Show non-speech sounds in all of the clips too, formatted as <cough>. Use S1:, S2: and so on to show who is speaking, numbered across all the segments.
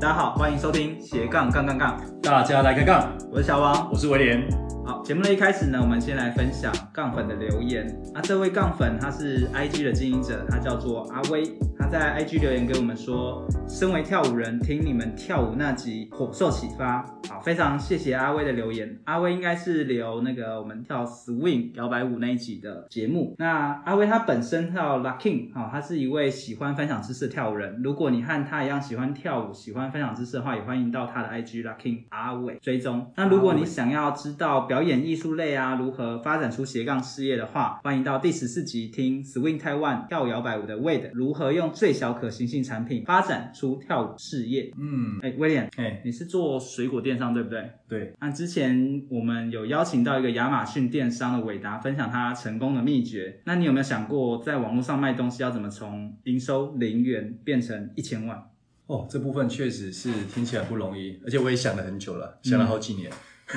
S1: 大家好，欢迎收听斜杠杠杠杠，
S2: 大家来开杠，
S1: 我是小王。
S2: 我是威廉。
S1: 好，节目的一开始呢，我们先来分享杠粉的留言。啊，这位杠粉他是 IG 的经营者，他叫做阿威，他在 IG 留言给我们说，身为跳舞人，听你们跳舞那集颇受启发。好，非常谢谢阿威的留言。阿威应该是留那个我们跳 swing 摇摆舞那一集的节目。那阿威他本身叫 Lucking，好、他是一位喜欢分享知识的跳舞人。如果你和他一样喜欢跳舞、喜欢分享知识的话，也欢迎到他的 IG Lucking 阿伟追踪。那如果你想要知道表演艺术类啊如何发展出斜杠事业的话，欢迎到第十四集听 Swing Taiwan 跳摇摆舞的 Wade 如何用最小可行性产品发展出跳舞事业。
S2: 嗯，
S1: 哎，威廉，
S2: 哎、
S1: 你是做水果电商对不对？
S2: 对，
S1: 那之前我们有邀请到一个亚马逊电商的伟达分享他成功的秘诀。那你有没有想过，在网络上卖东西要怎么从营收零元变成一千万？
S2: 哦，这部分确实是听起来不容易，而且我也想了很久
S1: 嗯
S2: 了，想了好几年， <laughs>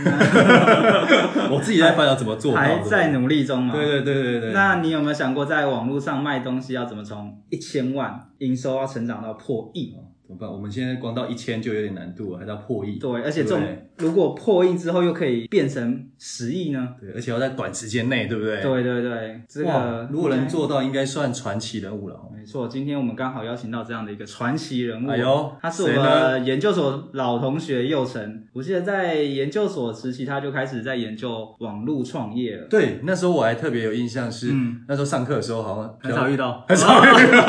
S2: 我自己在烦恼怎么做到
S1: 还
S2: 的。
S1: 在努力中嘛？
S2: 对对对对对。
S1: 那你有没有想过，在网络上卖东西要怎么从一千万营收要成长到破亿？
S2: 哦怎么办？我们现在光到一千就有点难度了，还到破亿。
S1: 对，而且这种
S2: 对
S1: 如果破亿之后又可以变成十亿呢？
S2: 对，而且要在短时间内，对不对？
S1: 对对对，这
S2: 哇
S1: 个
S2: 如果
S1: 应
S2: 能
S1: 该
S2: 做到，应该算传奇人物了哦。
S1: 没错，今天我们刚好邀请到这样的一个传奇人物，
S2: 哎呦
S1: 他是我
S2: 谁呢
S1: 们研究所老同学佑成。我记得在研究所时期，他就开始在研究网络创业了。
S2: 对，那时候我还特别有印象是，
S1: 嗯
S2: 那时候上课的时候好像比较
S1: 到，很少遇 <laughs> 到，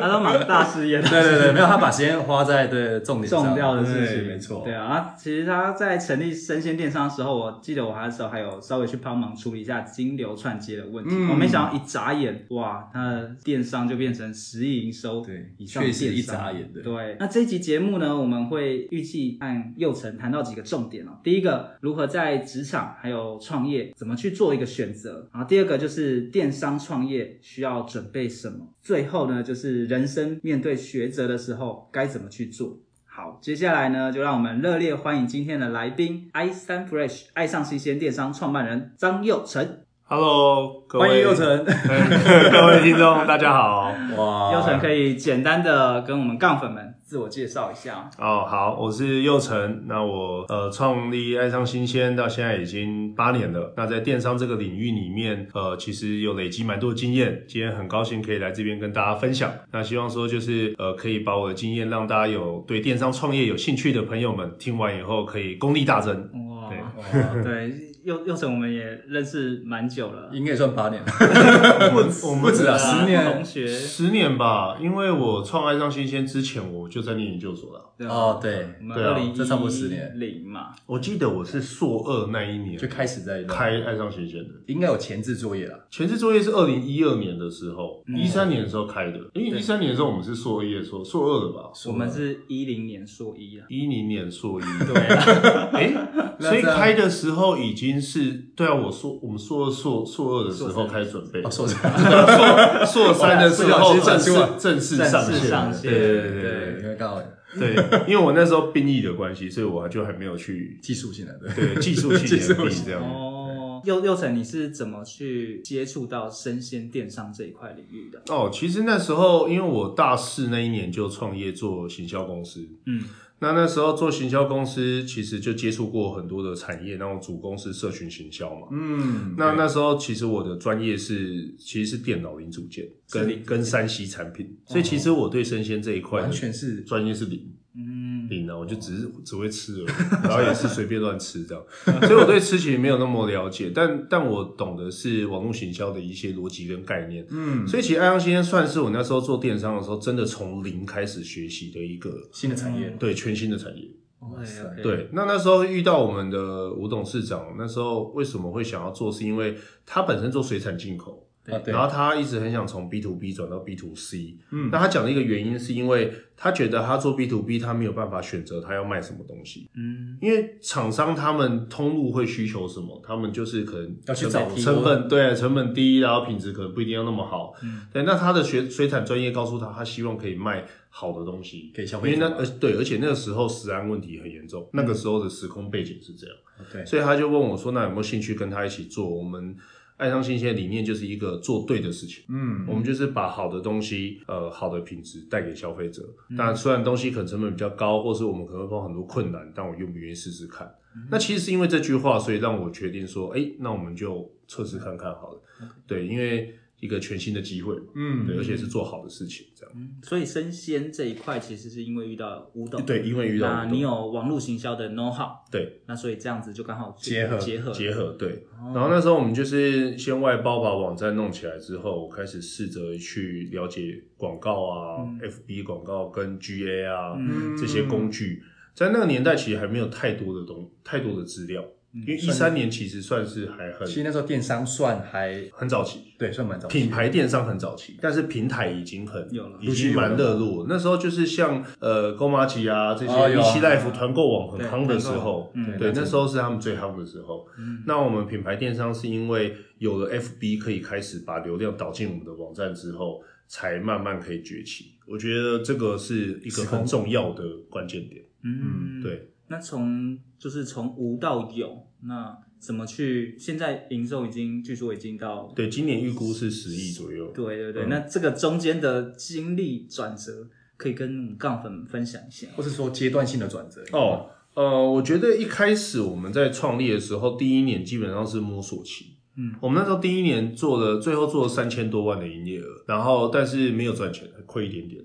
S1: 他都忙大事业的。
S2: 对对对，没有他把时间花在对重点上
S1: 重要的事
S2: 对
S1: 情，
S2: 没错。
S1: 对啊，啊其实他在成立生鲜电商的时候，我记得我那时候还有稍微去帮忙处理一下金流串接的问题。
S2: 嗯
S1: 我没想到一眨眼，哇，他的电商就变成十亿营收，
S2: 对
S1: 以上的
S2: 确实
S1: 电
S2: 一
S1: 商
S2: 眨眼的
S1: 对，那这一集节目呢，我们会预计按右层谈到几个重点哦。第一个，如何在职场还有创业怎么去做一个选择，然后第二个就是电商创业需要准备什么，最后呢就是人生面对抉择的时候该怎么去做。好，接下来呢，就让我们热烈欢迎今天的来宾 i 三 Fresh 爱上新鲜电商创办人张佑成。
S3: Hello，各位
S2: 欢迎佑，成，
S3: <laughs> 各位听众，大家好。
S2: 哇
S1: 佑成可以简单的跟我们杠粉们自我介绍一下。
S3: 哦，好，我是佑成。那我呃创立爱上新鲜到现在已经八年了。那在电商这个领域里面，呃，其实有累积蛮多的经验。今天很高兴可以来这边跟大家分享。那希望说就是呃，可以把我的经验让大家有对电商创业有兴趣的朋友们听完以后可以功力大增。
S1: 哇哦
S3: 对
S2: 哇
S1: 对，佑佑成我们也认识蛮久了，
S2: 应该也算八年了。
S3: 我们我
S2: <laughs> 不止
S3: 们
S1: 对
S2: 啊十年
S1: 同学，
S3: 十年吧，因为我创爱上新鲜之前我就在念研究所了。
S1: 对吧
S2: 哦，，对，
S1: 我们
S3: 对啊
S1: 二零一
S2: 这差不多十年
S1: 零嘛，
S3: 我记得我是硕二那一年
S2: 就开始在弄
S3: 开爱上新鲜的。
S2: 应该有前置作业啦。
S3: 前置作业是二零一二年的时候，
S2: 嗯
S3: 一三、年的时候开的，因为一三年的时候我们是硕一的时候，硕二的吧，
S2: 啊
S1: 我们是一零年硕一啊，
S3: 一零年硕一，
S1: 对，
S3: 哎、
S2: 那
S3: <laughs> 所以
S2: 这样
S3: 开的时候已经是对啊，我硕我们硕二硕硕二的时候开始准备，
S2: 哦，硕士，
S3: 硕
S2: <laughs>
S3: 硕三的时候
S2: 不小
S3: 正
S2: 心
S3: 式
S2: 讲
S3: 正式
S1: 正式
S3: 上
S1: 上
S3: 线，
S1: 线
S3: 对对对
S2: 对，因为刚好
S3: 对对，因为我那时候兵役的关系，所以我还就还没有去
S2: 技术性的，对，
S3: 对
S2: <laughs>
S3: 技术
S2: 技
S3: 系
S2: 术
S3: 的兵役
S2: 系
S3: 这样
S1: <laughs>
S3: 子。
S1: 哦，佑佑成，你是怎么去接触到生鲜电商这一块领域的？
S3: 哦，其实那时候因为我大四那一年就创业做行销公司，
S1: 嗯，
S3: 那那时候做行销公司，其实就接触过很多的产业，然后主攻是社群行销嘛。
S2: 嗯，
S3: 那
S2: 对
S3: 那时候其实我的专业是其实是电脑零组件
S1: 是零
S3: 跟跟山西产品，所以其实我对生鲜这一块
S2: 哦完全是
S3: 专业是零。
S1: 嗯，
S3: 零啊，我就只是只会吃而已，然后也是随便乱吃这样，所以我对吃其实没有那么了解，但但我懂得是网络行销的一些逻辑跟概念，
S2: 嗯
S3: 所以其实爱阳先生算是我那时候做电商的时候，真的从零开始学习的一个
S2: 新的产业，啊
S3: 对全新的产业。
S1: 哦
S2: 哇塞
S1: OK，OK
S3: 对，那那时候遇到我们的吴董事长，那时候为什么会想要做，是因为他本身做水产进口，
S2: 啊对
S3: 然，后他一直很想从 B to B 转到 B to C。
S2: 嗯
S3: 那他讲的一个原因，是因为他觉得他做 B to B，他没有办法选择他要卖什么东西，
S1: 嗯，
S3: 因为厂商他们通路会需求什么，他们就是可能
S2: 要去
S3: 成
S2: 找
S3: 本
S2: 提供
S3: 成本对成本低，然后品质可能不一定要那么好。
S1: 嗯
S3: 对，那他的学水产专业告诉他，他希望可以卖好的东西
S2: 给消
S3: 因
S2: 费
S3: 为
S2: 者
S3: 那
S2: 嘛，
S3: 呃对，而且那个时候食安问题很严重，那呃个时候的时空背景是这样，
S2: 哦对，
S3: 所以他就问我说：“那有没有兴趣跟他一起做？我们爱上新鲜的理念就是一个做对的事情，
S2: 嗯，
S3: 我们就是把好的东西，呃，好的品质带给消费者。
S1: 嗯
S3: 当然，虽然东西可能成本比较高，或是我们可能会碰到很多困难，但我愿不愿意试试看？
S1: 嗯
S3: 那其实是因为这句话，所以让我决定说，哎、那我们就测试看看好了。
S1: 嗯
S3: 对，因为一个全新的机会嘛，
S2: 嗯
S3: 对，而且是做好的事情，这样。
S1: 嗯所以生鲜这一块其实是因为遇到吴董，
S3: 对，因为遇到
S1: 那
S3: 我们
S1: 你有网络行销的 know how，
S3: 对
S1: 那所以这样子就刚好
S2: 结合
S1: 结合
S3: 结合对。
S1: 哦
S3: 然后那时候我们就是先外包把网站弄起来之后，我开始试着去了解广告啊、
S1: 嗯
S3: FB 广告跟 GA 啊、
S1: 嗯
S3: 这些工具，在那个年代其实还没有太多的东太多的资料，
S1: 嗯
S3: 因为一三年其实算是还很
S2: 其实那时候电商算还
S3: 很早期。
S2: 对，算蛮早期的
S3: 品牌电商很早期，但是平台已经很
S1: 有了
S3: 已经蛮热络。那时候就是像呃购妈吉啊这些
S2: 哦有
S3: 一
S2: 啊
S3: 期 life 团购网
S1: 对
S3: 很夯的时
S1: 团购
S3: 候
S1: 网，嗯
S2: 那
S3: 对，那
S2: 真
S3: 时候是他们最夯的时候。
S1: 嗯
S3: 那我们品牌电商是因为有了 FB 可以开始把流量导进我们的网站之后，才慢慢可以崛起。我觉得这个是一个很重要的关键点。
S1: 嗯，
S3: 对，
S1: 那从就是从无到有，那怎么去？现在营收已经据说已经到
S3: 对，今年预估是十亿左右。
S1: 对对对，
S3: 嗯
S1: 那这个中间的经历转折，可以跟我们杠粉分享一下。
S2: 或是说阶段性的转折
S3: 哦，呃，我觉得一开始我们在创立的时候，第一年基本上是摸索期。
S1: 嗯，
S3: 我们那时候第一年做了，最后做了三千多万的营业额，然后但是没有赚钱，亏一点点。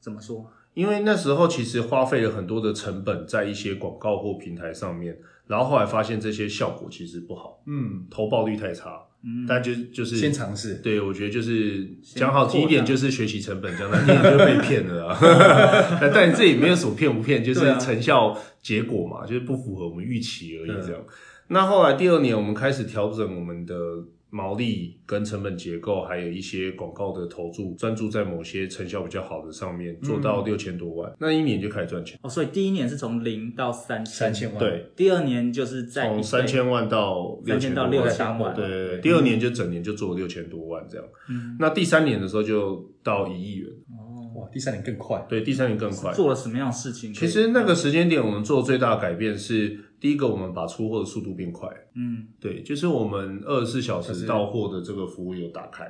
S1: 怎么说？
S3: 因为那时候其实花费了很多的成本在一些广告或平台上面，然后后来发现这些效果其实不好，
S2: 嗯，
S3: 投报率太差，
S1: 嗯，
S3: 但就就是
S2: 先尝试，
S3: 对，我觉得就是
S1: 先
S3: 讲好听一点，
S1: 扩展
S3: 就是学习成本；讲难听一点，就是被骗
S1: <laughs>
S3: 了啊。 <laughs> 但你这也没有什么骗不骗，就是
S1: 哦对啊
S3: 成效结果嘛，就是不符合我们预期而已。这样。那后来第二年，我们开始调整我们的毛利跟成本结构，还有一些广告的投注，专注在某些成效比较好的上面，做
S1: 嗯
S3: 到六千多万。那一年就开始赚钱，
S1: 哦，所以第一年是从零到三千，
S2: 三千万，
S3: 对，
S1: 第二年就是在
S3: 从三，千万到六
S1: 三
S3: 千
S1: 千到
S3: 多
S1: 六
S3: 万
S1: 千万，
S3: 对对对，第二年就整年就做了六千多万这样。
S1: 嗯，
S3: 那第三年的时候就到一亿元。
S1: 哦，
S2: 哇，第三年更快，
S3: 对，第三年更快。
S1: 做了什么样的事情可
S3: 其
S1: 以？
S3: 实那个时间点，我们做最大的改变是，第一个，我们把出货的速度变快，
S1: 嗯
S3: 对，就是我们二十四小时到货的这个服务有打开。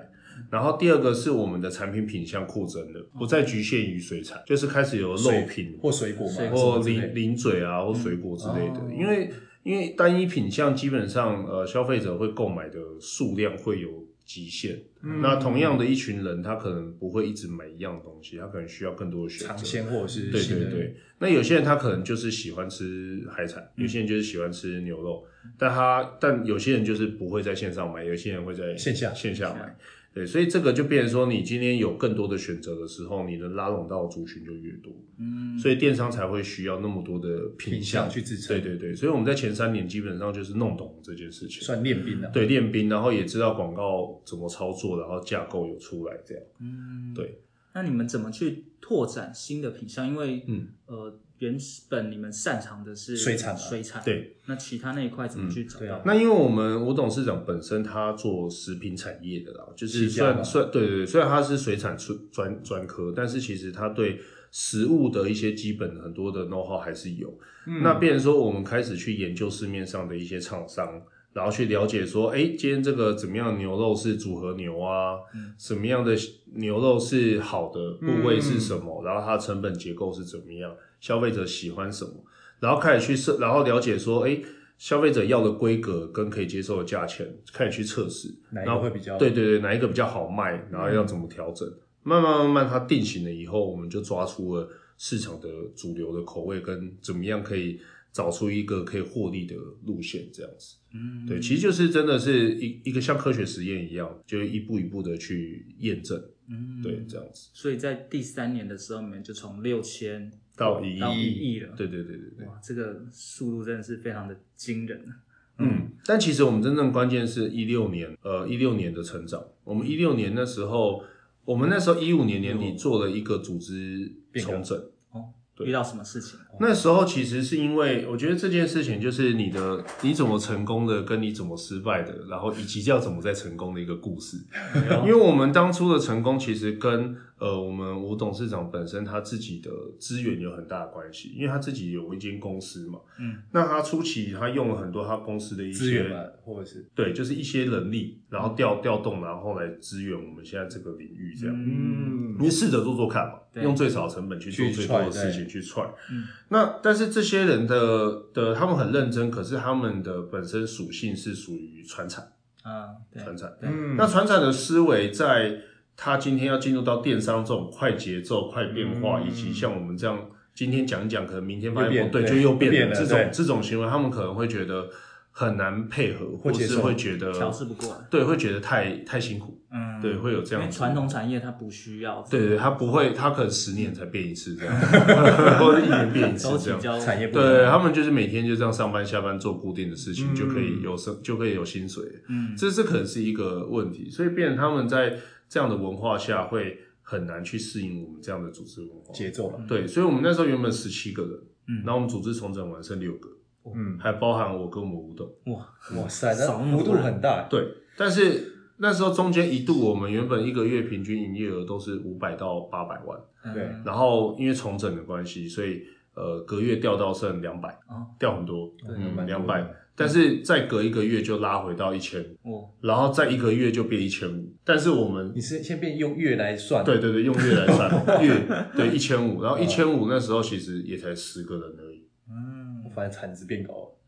S3: 然后第二个是我们的产品品项扩增了，不再局限于水产，就是开始有肉
S2: 水
S3: 品
S2: 或水果嘛，
S1: 水
S3: 或
S2: 什么之类
S3: 零零嘴啊或水果之类的
S2: 哦，
S3: 因为因为单一品项基本上呃消费者会购买的数量会有极限，
S2: 嗯
S3: 那同样的一群人他可能不会一直买一样东西，他可能需要更多的选择。
S2: 尝鲜或者是
S3: 对
S2: 新
S3: 对
S2: 的
S3: 对，那有些人他可能就是喜欢吃海产，
S2: 嗯
S3: 有些人就是喜欢吃牛肉，但他但有些人就是不会在线上买，有些人会在
S2: 线下
S3: 线下买。对，所以这个就变成说，你今天有更多的选择的时候，你能拉拢到的族群就越多，
S1: 嗯，
S3: 所以电商才会需要那么多的
S2: 品
S3: 项
S2: 相。去支撑，
S3: 对对对，所以我们在前三年基本上就是弄懂这件事情，
S2: 算练兵了，
S3: 对练兵，然后也知道广告怎么操作，然后架构有出来这样。
S1: 嗯，
S3: 对。
S1: 那你们怎么去拓展新的品项？因为
S3: 嗯
S1: 呃，原本你们擅长的是
S2: 水产啊
S1: 水产
S3: 对，
S1: 那其他那一块怎么去找
S2: 对
S1: 到
S2: 啊？
S3: 那因为我们吴董事长本身他做食品产业的啦，就是
S2: 起家嘛
S3: 算算对对对，虽然他是水产专专专科，但是其实他对食物的一些基本很多的 know how 还是有。
S2: 嗯
S3: 那变成说我们开始去研究市面上的一些厂商，然后去了解说，哎、今天这个怎么样的牛肉是组合牛啊，
S1: 嗯
S3: 什么样的牛肉是好的部位是
S2: 嗯
S3: 什么，然后它的成本结构是怎么样，消费者喜欢什么，然后开始去设，然后了解说，哎、消费者要的规格跟可以接受的价钱，开始去测试，
S2: 哪一
S3: 然
S2: 个
S3: 后
S2: 会比较
S3: 对对对，哪一个比较好卖，然后要怎么调整。慢慢慢慢，它定型了以后，我们就抓出了市场的主流的口味，跟怎么样可以找出一个可以获利的路线，这样子。
S1: 嗯，
S3: 对，其实就是真的是一一个像科学实验一样，就一步一步的去验证，
S1: 嗯
S3: 对，这样子。
S1: 所以在第三年的时候，你们就从六千
S3: 到一亿
S1: 到一亿了。，
S3: 对对对对对。
S1: 哇，这个速度真的是非常的惊人啊。
S3: 嗯，但其实我们真正关键是一六年，呃，一六年的成长。我们一六年那时候，我们那时候一五年年底做了一个组织重整
S1: 哦，
S3: 对哦
S1: 遇到什么事
S3: <laughs>
S1: 情？
S3: 那时候其实是因为，我觉得这件事情就是你的你怎么成功的，跟你怎么失败的，然后以及要怎么再成功的一个故事。
S1: 嗯
S3: 因为我们当初的成功，其实跟呃我们吴董事长本身他自己的资源有很大的关系，因为他自己有一间公司嘛，
S1: 嗯，
S3: 那他初期他用了很多他公司的一
S2: 资源
S3: 些
S2: 嘛，或者是
S3: 对，就是一些人力，然后调调动，然后来支援我们现在这个领域这样。
S1: 嗯
S3: 你试着做做看嘛，
S1: 对
S3: 用最少的成本去做
S2: 去
S3: 最多的
S2: 踹
S3: 事
S2: 对
S3: 情去踹。
S1: 嗯
S3: 那但是这些人的的他们很认真，可是他们的本身属性是属于传产，
S1: 啊，对，
S3: 传产。
S1: 对
S2: 嗯
S3: 那传产的思维在他今天要进入到电商这种快节奏、快变化，
S2: 嗯
S3: 以及像我们这样今天讲一讲，可能明天发
S2: 又
S3: 现
S2: 变
S3: 不对，
S2: 对
S3: 就又变
S2: 变
S3: 了。
S2: 了
S3: 这种
S2: 对
S3: 这种行为，他们可能会觉得很难配合，或
S2: 或接
S3: 是
S2: 受
S3: 会觉得
S1: 调试不过，
S3: 对，会觉得太太辛苦，
S1: 嗯，
S3: 对，会有这
S1: 因为
S3: 样子。
S1: 传统产业它不需要，
S3: 对对，他不会，他可能十年才变一次这样， <laughs> 或者一年变一次
S1: 周
S3: 这
S1: 期
S3: 样
S1: 比。较
S2: 产业不一样
S3: 对他们就是每天就这样上班下班做固定的事情，
S2: 嗯
S3: 就可以有生就可以有薪水，
S1: 嗯，
S3: 这这可能是一个问题，所以变成他们在这样的文化下会很难去适应我们这样的组织文化。
S2: 节奏了，
S3: 对，所以我们那时候原本十七个人，
S1: 嗯
S3: 然后我们组织重整完剩六个，
S2: 嗯，
S3: 还包含我跟我们吴董。
S1: 哇，
S2: 哇塞，那
S1: 少那么
S2: 幅
S1: 多
S2: 度
S1: 人
S2: 很大，
S3: 对，但是那时候中间一度我们原本一个月平均营业额都是五百到八百万。
S1: 嗯
S2: 对
S3: 然后因为重整的关系，所以呃隔月掉到剩两百、
S1: 哦
S3: 掉很多，嗯，
S2: 蛮
S3: 两
S2: 多
S3: 百、
S2: 的
S3: 但是再隔一个月就拉回到一千五，
S1: 我
S3: 然后再一个月就变一千五，但是我们
S2: 你是先变用月来算，
S3: 对对对用月来 <laughs> 算月对一千五，然后一千五那时候其实也才十个人而已，
S1: 嗯，
S2: 反正产值变高了。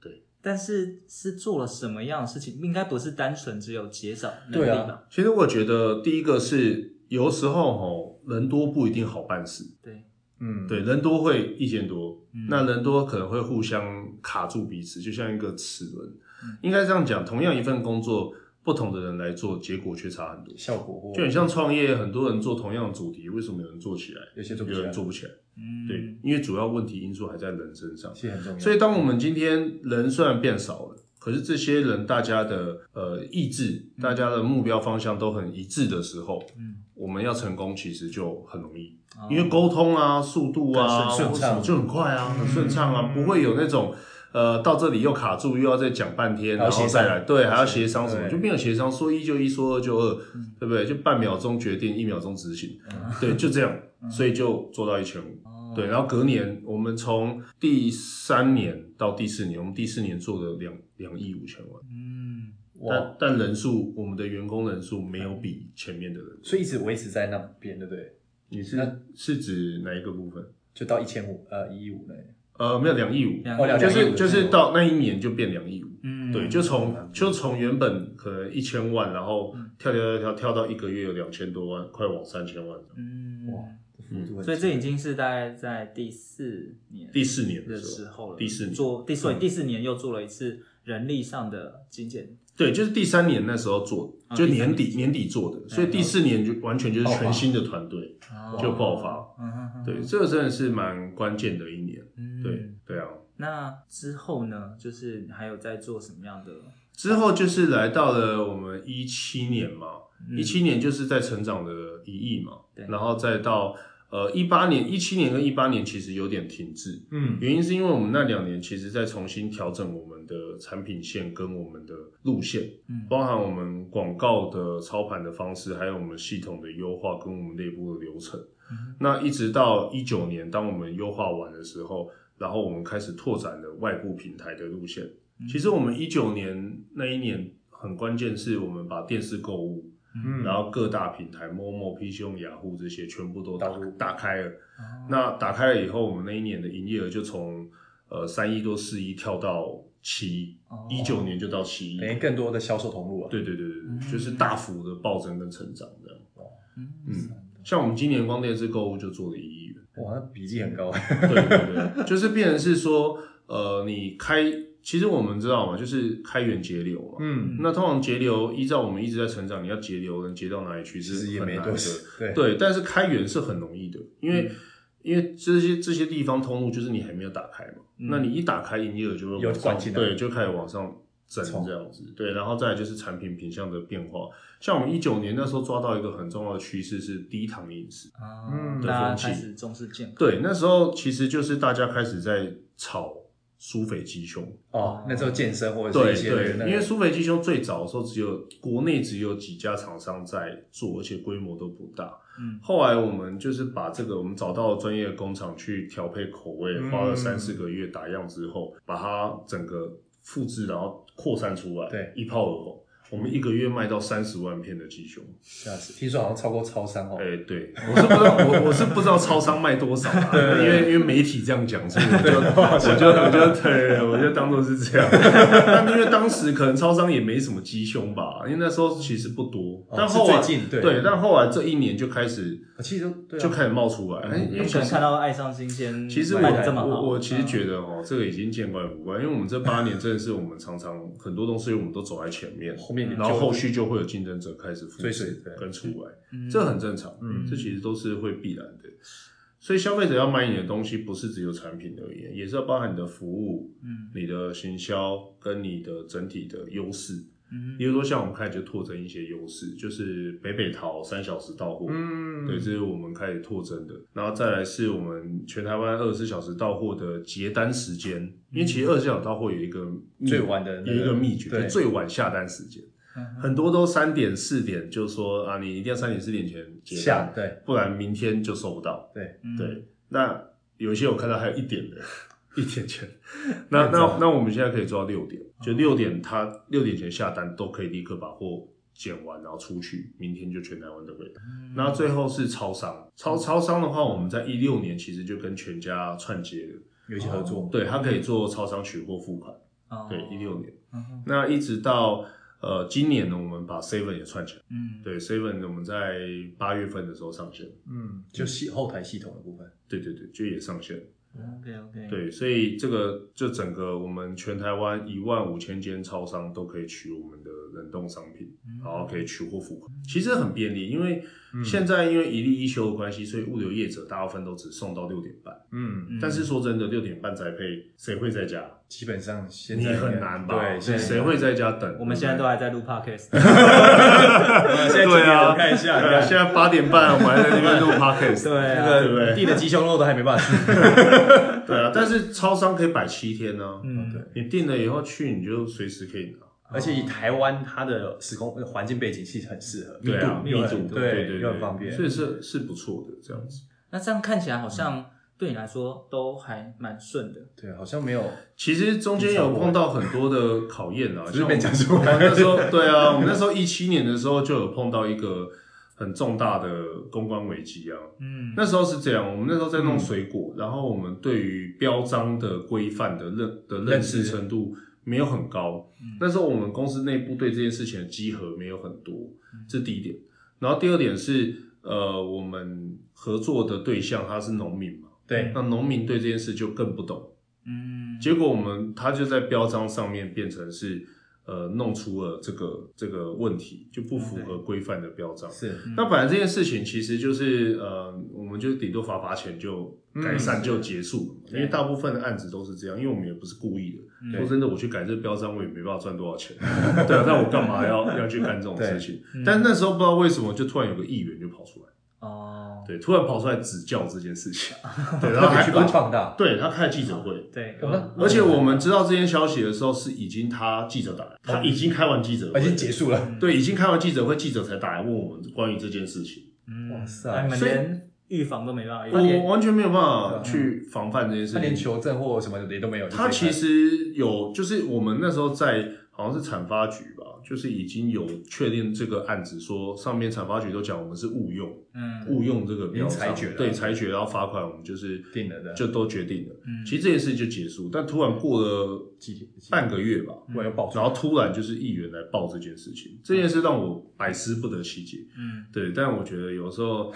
S1: 但是是做了什么样的事情？应该不是单纯只有减少能
S2: 对
S1: 力
S2: 啊
S1: 吧？
S3: 其实我觉得第一个是。有时候吼，人多不一定好办事，
S1: 对，
S2: 嗯，
S3: 对，人多会意见多，
S1: 嗯
S3: 那人多可能会互相卡住彼此，就像一个齿轮
S1: 嗯。
S3: 应该这样讲，同样一份工作，不同的人来做，结果却差很多。
S2: 效果或
S3: 就很像创业，很多人做同样的主题，为什么有人做起来，
S2: 有些做不
S3: 有
S2: 起
S3: 人
S2: 来，
S3: 做不起来？
S1: 嗯，
S3: 对，因为主要问题因素还在人身上。
S2: 其实很重要。
S3: 所以，当我们今天人虽然变少了，可是这些人大家的呃意志、大家的目标方向都很一致的时候，
S1: 嗯，
S3: 我们要成功其实就很容易。
S1: 哦
S3: 因为沟通啊、速度啊、
S2: 更顺顺畅嗯
S3: 或什么就很快啊，很顺畅啊，不会有那种呃到这里又卡住，又要再讲半天，
S2: 还
S3: 然
S2: 要协
S3: 后
S2: 商
S3: 再来对，还要协商什么，
S2: 对嗯
S3: 就没有协商，说一就一，说二就二，对不对？就半秒钟决定，一秒钟执行，对，就这样，
S2: 嗯
S3: 所以就做到一千五。
S1: 哦
S3: 对，然后隔年我们从第三年到第四年，我们第四年做了两两亿五千万，
S1: 嗯，
S2: 哇，
S3: 但但人数我们的员工人数没有比前面的人数。
S2: 所以一直维持在那边，对不对？
S3: 你是
S2: 那
S3: 是指哪一个部分？
S2: 就到一千五，呃，一五嘞，
S3: 呃，没有两亿五，
S1: 啊两
S2: 哦，两
S3: 就
S2: 两亿
S3: 是
S2: 五
S3: 就是到那一年就变两亿五，
S1: 嗯，
S3: 对，就从就从原本可能一千万，然后
S1: 嗯
S3: 跳跳跳跳跳到一个月有两千多万，快往三千万了。
S1: 嗯，
S2: 哇幅度很
S1: 所以这已经是大概在第四年
S3: 第四年
S1: 的
S3: 的
S1: 时
S3: 时候，
S1: 候了，
S3: 第四年嗯
S1: 做第所以第四年又做了一次人力上的精简，
S3: 对，就是第三年那时候做
S1: 啊，
S3: 就
S1: 第三
S3: 年
S1: 年哎
S3: 底年底做的，所以第四年就完全就是全新的团队
S1: 哦
S3: 就爆发。
S1: 发
S3: 对，这个真的是蛮关键的一年。
S1: 嗯
S3: 对。对啊，
S1: 那之后呢？就是还有在做什么样的？
S3: 之后就是来到了我们一七年嘛，
S1: 嗯
S3: 一七年就是在成长的一亿嘛
S1: 对，
S3: 然后再到呃一八年，一七年跟一八年其实有点停滞，
S2: 嗯，
S3: 原因是因为我们那两年其实在重新调整我们的产品线跟我们的路线，
S1: 嗯
S3: 包含我们广告的操盘的方式，还有我们系统的优化跟我们内部的流程。
S1: 嗯
S3: 那一直到一九年，当我们优化完的时候，然后我们开始拓展了外部平台的路线。
S1: 嗯
S3: 其实我们一九年那一年很关键，是我们把电视购物，
S2: 嗯
S3: 然后各大平台 Momo、PC 用雅虎这些全部都打
S2: 导入
S3: 打开了。
S1: 哦
S3: 那打开了以后，我们那一年的营业额就从呃三亿多四亿跳到七亿
S1: 哦，
S3: 一九年就到七亿。
S2: 哦等于更多的销售投入啊，，
S3: 对对对对
S1: 嗯
S3: 对，就是大幅的暴增跟成长这样。
S1: 嗯
S3: 嗯，像我们今年光电视购物就做了一亿元， <laughs>
S2: 哇，那笔记很高，
S3: 对对对，就是变成是说，呃，你开，其实我们知道嘛，就是开源节流嘛。
S2: 嗯，
S3: 那通常节流，依照我们一直在成长，你要节流能节到哪里
S2: <laughs>
S3: 去
S2: 其实
S3: 是
S2: 也
S3: 很
S2: 没
S3: 难
S2: 多
S3: 的。
S2: 少，对，嗯
S3: 对，但是开源是很容易的，因为、因为这些这些地方通路就是你还没有打开嘛，
S1: 嗯
S3: 那你一打开营业额就会
S2: 有
S3: 往上
S2: 管进来
S3: 对，就开始往上增这样子。对，然后再来就是产品品相的变化，像我们一九年那时候抓到一个很重要的趋势是低糖饮食。
S1: 啊
S2: 嗯
S1: 大家
S3: 的风气
S1: 开始重视健康。
S3: 对，那时候其实就是大家开始在炒苏肥鸡胸。
S2: 哦，那时候健身或者
S3: 对
S2: 是一些
S3: 对
S2: 那，个
S3: 因为苏肥鸡胸最早的时候只有国内只有几家厂商在做，而且规模都不大。
S1: 嗯，
S3: 后来我们就是把这个，我们找到专业的工厂去调配口味，
S2: 嗯
S3: 花了三四个月打样之后，把它整个复制，然后扩散出来，
S2: 对，
S3: 一炮而红。我们一个月卖到三十万片的鸡胸，
S2: 吓死，听说好像超过超商哦
S3: 哎、，对，我是不知道，我我是不知道超商卖多少、
S2: <laughs>
S3: 啊，因为因为媒体这样讲，所以我就我就我就对，我就当做是
S2: <laughs>
S3: 这样。但因为当时可能超商也没什么鸡胸吧，因为那时候其实不多，
S2: 哦
S3: 但
S2: 是
S3: 后来、
S2: 最近对
S3: 对，但后来这一年就开始
S2: 我其实就对啊
S3: 就开始冒出来，哎
S2: 嗯
S3: 因
S1: 有
S3: 为
S1: 可
S3: 其
S1: 能
S3: 实
S1: 看到爱上新鲜，
S3: 其实我
S1: 卖的这么好，嗯
S3: 我我其实觉
S1: 得
S3: 得哦，这个已经见怪不怪，因为我们这八年真的是我们常常很多东西我们都走在前面，
S2: 后面
S3: 然后后续就会有竞争者开始复
S2: 追随
S3: 制
S2: 对
S3: 跟出来，
S1: 嗯
S3: 这很正常，
S2: 嗯
S3: 这其实都是会必然的。所以消费者要买你的东西，不是只有产品而已，也是要包含你的服务、
S1: 嗯
S3: 你的行销跟你的整体的优势。
S1: 嗯
S3: 比如说，像我们开始就拓展一些优势，就是北北淘三小时到货，
S2: 嗯
S3: 对，这是我们开始拓增的。然后再来是我们全台湾二十四小时到货的结单时间，因为其实二十四小时到货有一个秘
S2: 嗯最晚的那个
S3: 有一个秘诀，
S2: 对
S3: 就最晚下单时间。
S1: 嗯
S3: 很多都三点四点，就说啊，你一定要三点四点前结
S2: 下
S3: 单，
S2: 对
S3: 不然明天就收不到。
S2: 对，
S1: 嗯
S3: 对，那有一些我看到还有一点的，一点前。
S2: <laughs>
S3: 那那那我们现在可以做到六点，
S2: 哦
S3: 就六点他六点前下单都可以立刻把货捡完，然后出去，明天就全台湾都可以。嗯
S1: 嗯
S3: 那最后是超商，超超商的话，我们在一六年其实就跟全家串接了，
S2: 有一些合作，
S3: 哦对，它可以做超商取货付款，
S1: 哦
S3: 对，一六年。
S1: 嗯哼
S3: 那一直到呃今年呢，我们把 Seven 也串起来，
S1: 嗯，
S3: 对，Seven 我们在八月份的时候上线，
S2: 嗯，就系后台系统的部分，
S3: 对对对，就也上线了，
S1: ，OK OK，，
S3: 对，所以这个就整个我们全台湾一万五千间超商都可以取我们的冷冻商品，
S1: 嗯
S3: 然后可以取货付款，其实很便利，因为现在因为一例一休的关系，所以物流业者大部分都只送到六点半。
S2: 嗯，
S3: 但是说真的，六点半才配，谁会在家？
S2: 基本上现
S3: 你
S2: 在应该
S3: 很难吧？
S2: 对，现在
S3: 谁会在家等？
S1: 我们现在都
S3: <laughs> 对啊
S1: 还在录 podcast，
S2: <laughs> 现在几
S3: 对
S2: 点
S3: 啊
S2: 我看一下，你
S3: 不对对啊，
S2: 看
S3: 现在八点半，我们还在那边录
S2: <laughs>
S3: podcast。
S1: 对
S2: 那
S1: 啊
S3: 对不
S2: 个
S3: 对
S2: 地的鸡胸肉都还没办法
S3: <laughs>
S2: 吃，
S3: 对啊，但是超商可以摆七天呢。
S1: 嗯，
S2: 对
S3: 你订了以后去，你就随时可以拿。
S2: 而且以台湾它的时空环境背景其实很适合，
S3: 对啊，
S2: 密度又很
S3: 密度对
S2: 对
S3: 对，
S2: 又很方便，嗯
S3: 所以是是不错的这样子。
S1: 那这样看起来好像对你来说都还蛮顺的，
S2: 对，好像没有
S3: 其实中间有碰到很多的考验啊，
S2: 只是
S3: 像我
S2: 被讲出来
S3: 我们那时候对啊，我们那时候一七年的时候就有碰到一个很重大的公关危机啊。
S1: 嗯
S3: 那时候是这样，我们那时候在弄水果，然后我们对于标章的规范的认的认识
S2: 认识
S3: 程度没有很高。那时候我们公司内部对这件事情的集合没有很多，这是第一点。然后第二点是，呃，我们合作的对象他是农民嘛，
S2: 对
S3: 那农民对这件事就更不懂。
S1: 嗯，
S3: 结果我们他就在标章上面变成是，呃，弄出了这个这个问题，就不符合规范的标章。
S2: 是
S3: 那本来这件事情其实就是呃，我们就顶多罚罚钱就
S2: 嗯
S3: 改善就结束了嘛，因为大部分的案子都是这样，因为我们也不是故意
S2: 嗯
S3: 的。
S1: 嗯
S3: 说真的，我去改这标章，我也没办法赚多少钱， <laughs> 对啊，那我干嘛要要去干这种事情？
S2: 嗯
S3: 但那时候不知道为什么，就突然有个议员就跑出来，
S1: 哦，
S3: 对，突然跑出来指教这件事情，对，然
S2: 特别
S3: 后还
S2: 去 <laughs> 把它放大，
S3: 对他开记者会，
S1: 对，哦
S2: 我们
S3: 而且我们知道这件消息的时候，是已经他记者打来，他已经开完记者
S2: 啊
S3: 会，
S2: 已经结束
S1: 嗯
S2: 了，
S3: 对，已经开完记者会，记者才打来问我们关于这件事情。
S1: 嗯
S2: 哇塞
S1: 啊你们
S3: 所以
S1: 连预防都没办法预
S3: 我
S1: 防，
S3: 我完全没有办法去防范这件事
S2: 他啊连
S3: 情。
S2: 求证或什么的也都没有，就
S3: 他
S2: 直接
S3: 其实有，就是我们那时候在好像是产发局吧，就是已经有确定这个案子说，上面产发局都讲我们是误用，
S1: 嗯
S3: 误用这个标
S2: 已经裁
S3: 上
S2: 决了啊
S3: 对裁决，然后罚款，我们就是
S2: 定了的
S3: 就都决定了。
S1: 嗯
S3: 其实这件事就结束，但突然过了
S2: 几天嗯几
S3: 半个月吧，
S2: 突然又爆出
S3: 然
S2: 来，
S3: 后突然就是议员来报这件事情，这件事让我百思不得其解。
S1: 嗯，
S3: 对，但我觉得有
S2: <laughs>
S3: 时候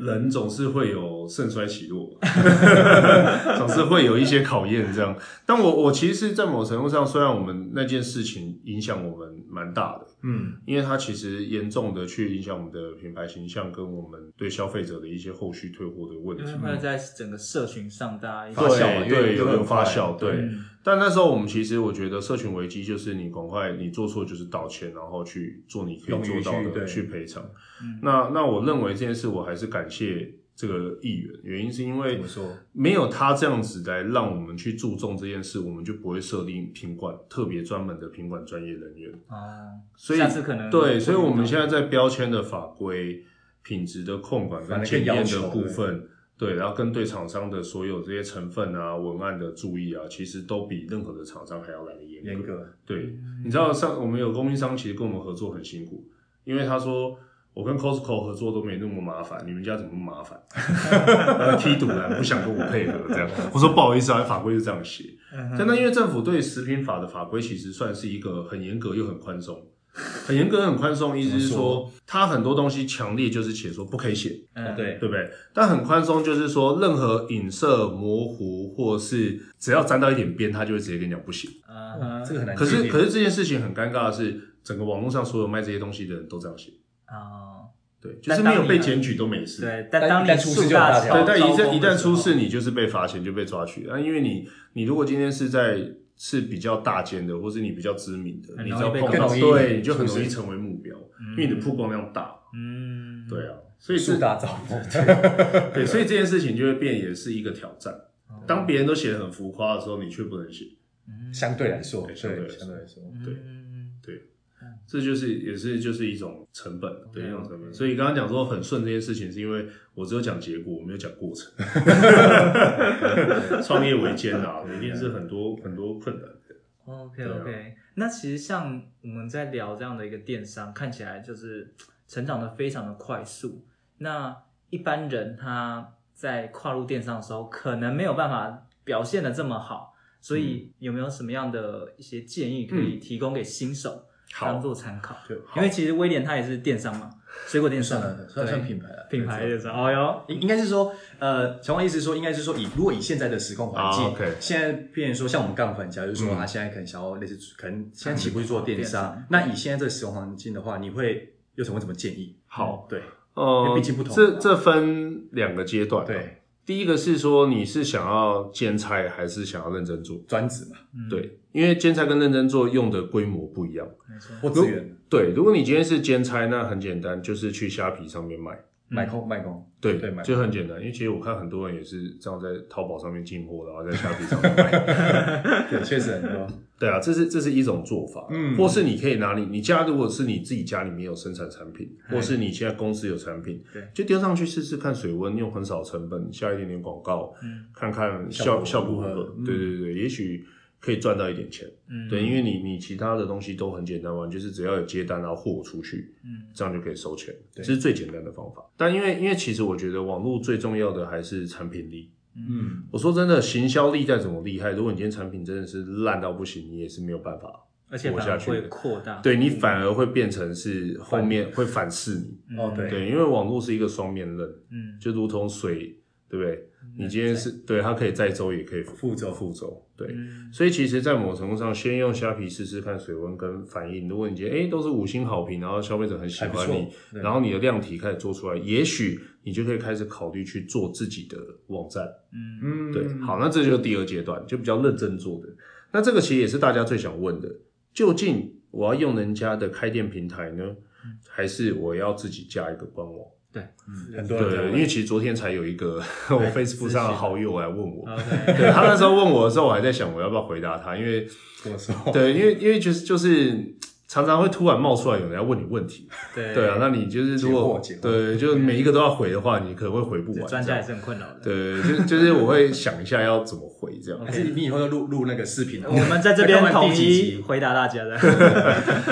S3: 人总是会有盛衰起落， <laughs> 总是会有一些考验这样。但我我其实，在某程度上，虽然我们那件事情影响我们蛮大的，
S2: 嗯，
S3: 因为它其实严重的去影响我们的品牌形象跟我们对消费者的一些后续退货的问
S1: 因
S3: 题
S1: 为。会在整整个社群上大家一起
S2: 发酵嘛
S3: 对
S2: 因为
S3: 对，有
S2: 因为
S3: 有
S2: 很
S3: 发
S2: 快
S3: 酵，对。
S1: 嗯
S3: 但那时候我们其实我觉得社群危机就是你赶快你做错就是道歉，然后去做你可以
S2: 勇于
S3: 做到
S2: 去对
S3: 的去赔偿。
S1: 嗯
S3: 那那我认为这件事我还是感谢这个议员，原因是因为
S2: 嗯怎么说？
S3: 没有他这样子来让我们去注重这件事，我们就不会设定品管特别专门的品管专业人员。
S1: 哦，
S3: 所以
S1: 下次可
S2: 嗯
S1: 能
S3: 对，所以我们现在在标签的法规、品质的控管
S2: 反
S3: 跟
S2: 正更
S3: 检
S2: 要
S3: 验
S2: 求
S3: 的部分，对，然后跟对厂商的所有这些成分啊、文案的注意啊，其实都比任何的厂商还要来的严格。
S2: 严格，
S3: 对，
S2: 嗯
S3: 你知道上我们有供应商其实跟我们合作很辛苦，因为他说我跟 Costco 合作都没那么麻烦，你们家怎么那么麻烦？然后踢赌了，不想跟我配合这样。我说不好意思啊，法规就这样写。
S2: 嗯
S3: 但那因为政府对食品法的法规其实算是一个很严格又很宽松。很严格、很宽松，意思是
S2: 怎么
S3: 说，它很多东西强烈就是写说不可以写，
S1: 嗯，
S2: 对，
S3: 对不对？但很宽松，就是说任何影射、模糊，或是只要沾到一点边，他就会直接跟你讲不行。
S1: 嗯哼，
S2: 这个很难
S3: 可
S2: 界
S3: 是
S2: 定
S3: 可是这件事情很尴尬的是，整个网络上所有卖这些东西的人都这样写，
S1: 哦，
S3: 对，就
S1: 但
S3: 是没有
S1: 当你
S3: 被检举都没事。
S1: 对，但
S2: 但
S1: 当
S2: 一
S1: 你
S2: 旦出事
S1: 树
S2: 就有
S1: 大
S2: 大
S1: 招
S2: 条
S3: 对，但
S1: 招
S3: 一旦
S1: 风
S3: 一
S1: 的
S3: 旦
S1: 时
S3: 出
S1: 候
S3: 事，你就是被罚钱，就被抓去。啊，因为你你如果今天是在是比较大间的，或是你比较知名的，
S1: 很
S3: 你
S1: 容
S3: 只
S1: 易
S3: 要
S1: 被
S3: 碰
S1: 更
S3: 到，
S2: 容易
S3: 对，你就很
S2: 出
S3: 容易
S2: 事
S3: 成为目标，因为你的曝光量大。
S1: 嗯，
S3: 对啊，所以
S2: 树
S3: 是
S2: 大招风，
S3: 对，所以这件事情就会变也是一个挑战
S1: 哦。
S3: 当别人都写的很浮夸的时候，你却不能写，
S1: 嗯，
S2: <laughs> 相对来说，
S3: 对
S2: 对，
S3: 相
S2: 相
S3: 对来
S2: 对
S3: 说
S2: 来说，
S1: 嗯
S3: 对这就是也是就是一种成本，对一种成本。所以刚刚讲说很顺这件事情，是因为我只有讲结果，我没有讲
S1: <laughs>
S3: 过程。创业维艰啊，一定是很多很多困难的。
S1: OK
S3: 对啊
S1: OK，、那其实像我们在聊这样的一个电商，看起来就是成长的非常的快速。那一般人他在跨入电商的时候，可能没有办法表现的这么好，所
S3: 嗯
S1: 以有没有什么样的一些建议可以提供给新手、当
S3: 好，啊
S1: 做参考？
S2: 对，
S1: 因为其实威廉他也是电商嘛，水果电商
S2: 算，
S3: 嗯
S2: 了，算
S1: 对
S2: 算品牌了，
S1: 品牌电商。哦哟，
S2: 应应该是说，呃，小王意思是说，应该是说以如果以现在的时空环境，
S3: 啊，OK
S2: 现在变成说像我们杠粉，假如说
S3: 嗯
S2: 他现在可能想要类似，可能现在起步去做电
S1: 电
S2: 商，那以现在这个时空环境的话，你会又怎么怎么建议？
S3: 好，
S2: 对因
S3: 呃
S2: 为毕竟不同
S3: 这这分两个阶段、，啊
S2: 对，
S3: 第一个是说你是想要兼差还是想要认真做？
S2: 专职嘛，
S1: 嗯，
S3: 对，因为兼差跟认真做用的规模不一样。
S1: 没错，
S2: 或资源
S3: 对，如果你今天是兼差，那很简单，就是去虾皮上面卖。
S2: 买空
S3: 嗯
S2: 卖空，
S3: 对，
S2: 对买
S3: 就很简单，因为其实我看很多人也是这样在淘宝上面进货，然后在虾皮上面 <laughs> 卖。
S2: 对，确实很多，
S3: 对啊，这是这是一种做法，
S2: 嗯
S3: 或是你可以拿你你家如果是你自己家里面有生产产品，或是你现在公司有产品，
S1: 对
S3: 就丢上去试试看水温，用很少成本下一点点广告，
S1: 嗯
S3: 看看
S2: 效
S3: 效
S2: 果
S3: 效果
S2: 如何
S3: 如何。
S2: 嗯
S3: 对对对，也许可以赚到一点钱。
S1: 嗯，
S3: 对，因为你你其他的东西都很简单玩，就是只要有接单然后货出去，
S1: 嗯
S3: 这样就可以收钱，这
S2: 对
S3: 是最简单的方法。但因为因为其实我觉得网络最重要的还是产品力。
S1: 嗯，
S2: 嗯，
S3: 我说真的，行销力再怎么厉害，如果你今天产品真的是烂到不行，你也是没有办法。
S1: 而且
S3: 活
S1: 反
S3: 下
S1: 而
S3: 去
S1: 会
S3: 的
S1: 扩大，
S3: 对你反而会变成是后面会反噬你。
S1: 嗯
S2: 哦对
S3: 对，因为网络是一个双面刃，
S1: 嗯，
S3: 就如同水，对不对？你今天是对它可以载舟，也可以覆舟，覆舟。对，
S1: 嗯
S3: 所以其实，在某程度上，先用虾皮试试看水温跟反应。如果你觉得哎都是五星好评，然后消费者很喜
S2: 还不
S3: 欢你
S2: 错，，对
S3: 然后你的量体开始做出来，也许你就可以开始考虑去做自己的网站。
S1: 嗯
S2: 嗯
S3: 对，好，那这就是第二阶段，就比较认真做的。那这个其实也是大家最想问的，究竟我要用人家的开店平台呢，还是我要自己架一个官网？
S2: 嗯很多人在
S3: 对，
S2: 问
S3: 因为其实昨天才有一个
S2: 哎
S3: 我 Facebook 上的好友来问我，
S2: 啊
S1: ，OK，
S3: 对他那时候问我的时候，我还在想我要不要回答他，因为
S2: 怎么说？
S3: 对，因为因为就是就是常常会突然冒出来有人要问你问题，
S1: 对
S3: 对啊，那你就是如果
S2: 解惑解惑
S3: 对，就是每一个都要回的话，你可能会回不完。
S1: 专家
S3: 这
S1: 也
S3: 样
S1: 是很困扰的。，
S3: 对，就是就是我会想一下要怎么回
S2: <laughs>
S3: 这样。
S2: <laughs> 还是你以后要录录那个视频，啊
S1: 我们在这
S2: <laughs>
S1: 边
S2: 看完
S1: 统
S2: 第几
S1: 一
S2: 集
S1: 回答大家
S3: <laughs>
S1: 的。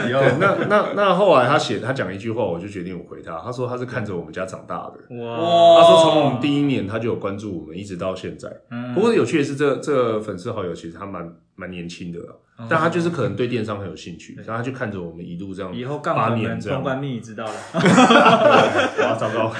S2: 以后
S3: 对，那那那后来他写他讲一句话，我就决定我回他。他说他是看着我们家长大的，
S1: 哇
S3: 他说从我们第一年他就有关注我们，一直到现在。不过有趣的是这，这粉丝好友其实他蛮蛮年轻的啦，啊但他就是可能对电商很有兴趣，然后他就看着我们一路这样，
S1: 以后
S3: 八
S1: 杠
S3: 年
S1: 们
S3: 这
S1: 通
S3: 样， <laughs>
S1: 关密语知道了。
S3: 哇，糟糕。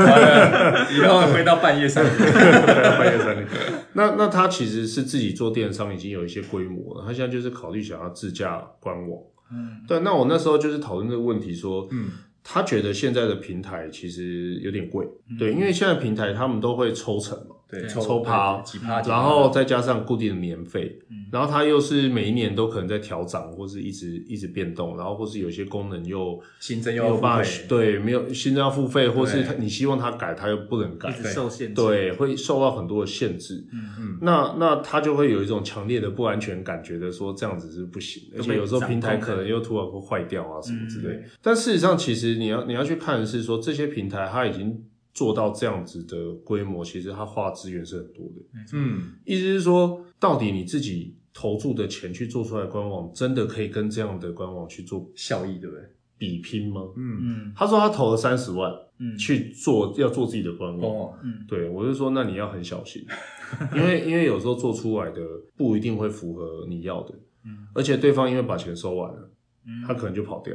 S2: 以后回到
S1: <laughs>
S2: 半夜三点，
S3: 半夜三点。那那他其实是自己做电商已经有一些规模了，他现在就是考虑想要自驾官网。
S1: 嗯，
S3: 对。那我那时候就是讨论这个问题说，嗯，他觉得现在的平台其实有点贵，对，因为现在平台他们都会抽成嘛，
S2: 对，
S1: 对
S3: 抽趴
S2: 几趴，几趴
S3: 然后再加上固定的年费，
S1: 嗯
S3: 然后它又是每一年都可能在调涨，或是一直一直变动，然后或是有些功能又
S2: 新增
S3: 没
S2: 又
S3: 有
S2: 要付
S3: 办法
S2: 费，
S3: 对，没有新增要付费，或是
S2: 对
S3: 它你希望它改，它又不能
S1: 一
S3: 改，
S1: 直受限制。，
S3: 对，会受到很多的限制。
S1: 嗯，
S3: 那那它就会有一种强烈的不安全感，觉得说这样子是不行的，而
S2: 都被
S3: 且有时候平台
S2: 掌控
S3: 可
S2: 了
S3: 能又突然会坏掉啊什么之类的
S1: 嗯
S3: 但事实上，其实你要你要去看的是说，这些平台它已经做到这样子的规模，其实它花资源是很多的。
S2: 嗯，
S3: 意思是说，到底你自己投注的钱去做出来的官网，真的可以跟这样的官网去做
S2: 效益对不对？
S3: 比拼吗？
S2: 嗯，
S1: 嗯
S3: 他说他投了三十万
S1: 嗯，
S3: 去做，要做自己的官
S2: 官
S3: 网。
S2: 网
S1: 嗯
S3: 对，我就说那你要很小心，因为因为有时候做出来的不一定会符合你要的，
S1: 嗯
S3: 而且对方因为把钱收完了，
S1: 嗯，
S3: 他可能就跑掉。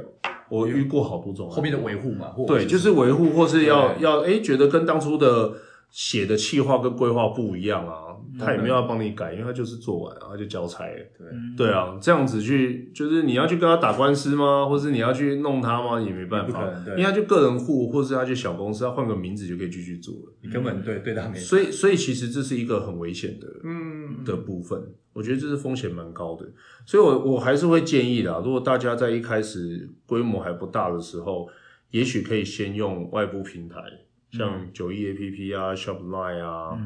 S3: 我遇过好多种案例
S2: 后面的维护嘛，或者
S3: 对，就是维护或是要
S2: 对
S3: 要哎、诶觉得跟当初的写的企划跟规划不一样啊，
S2: 嗯
S3: 他也没有要帮你改，因为他就是做完然后就交差了。
S2: 对，
S1: 嗯
S3: 对，啊，这样子去就是你要去跟他打官司吗？或是你要去弄他吗？也没办
S2: 也不
S3: 法
S2: 可能，对
S3: 因为他就个人户或是他就小公司，他换个名字就可以继续做了。
S2: 你根本对对他没，
S3: 所以，所以其实这是一个很危险的
S2: 嗯
S3: 的部分，我觉得这是风险蛮高的，所以我我还是会建议啦，如果大家在一开始规模还不大的时候，也许可以先用外部平台，像九一 APP 啊、Shopline 啊、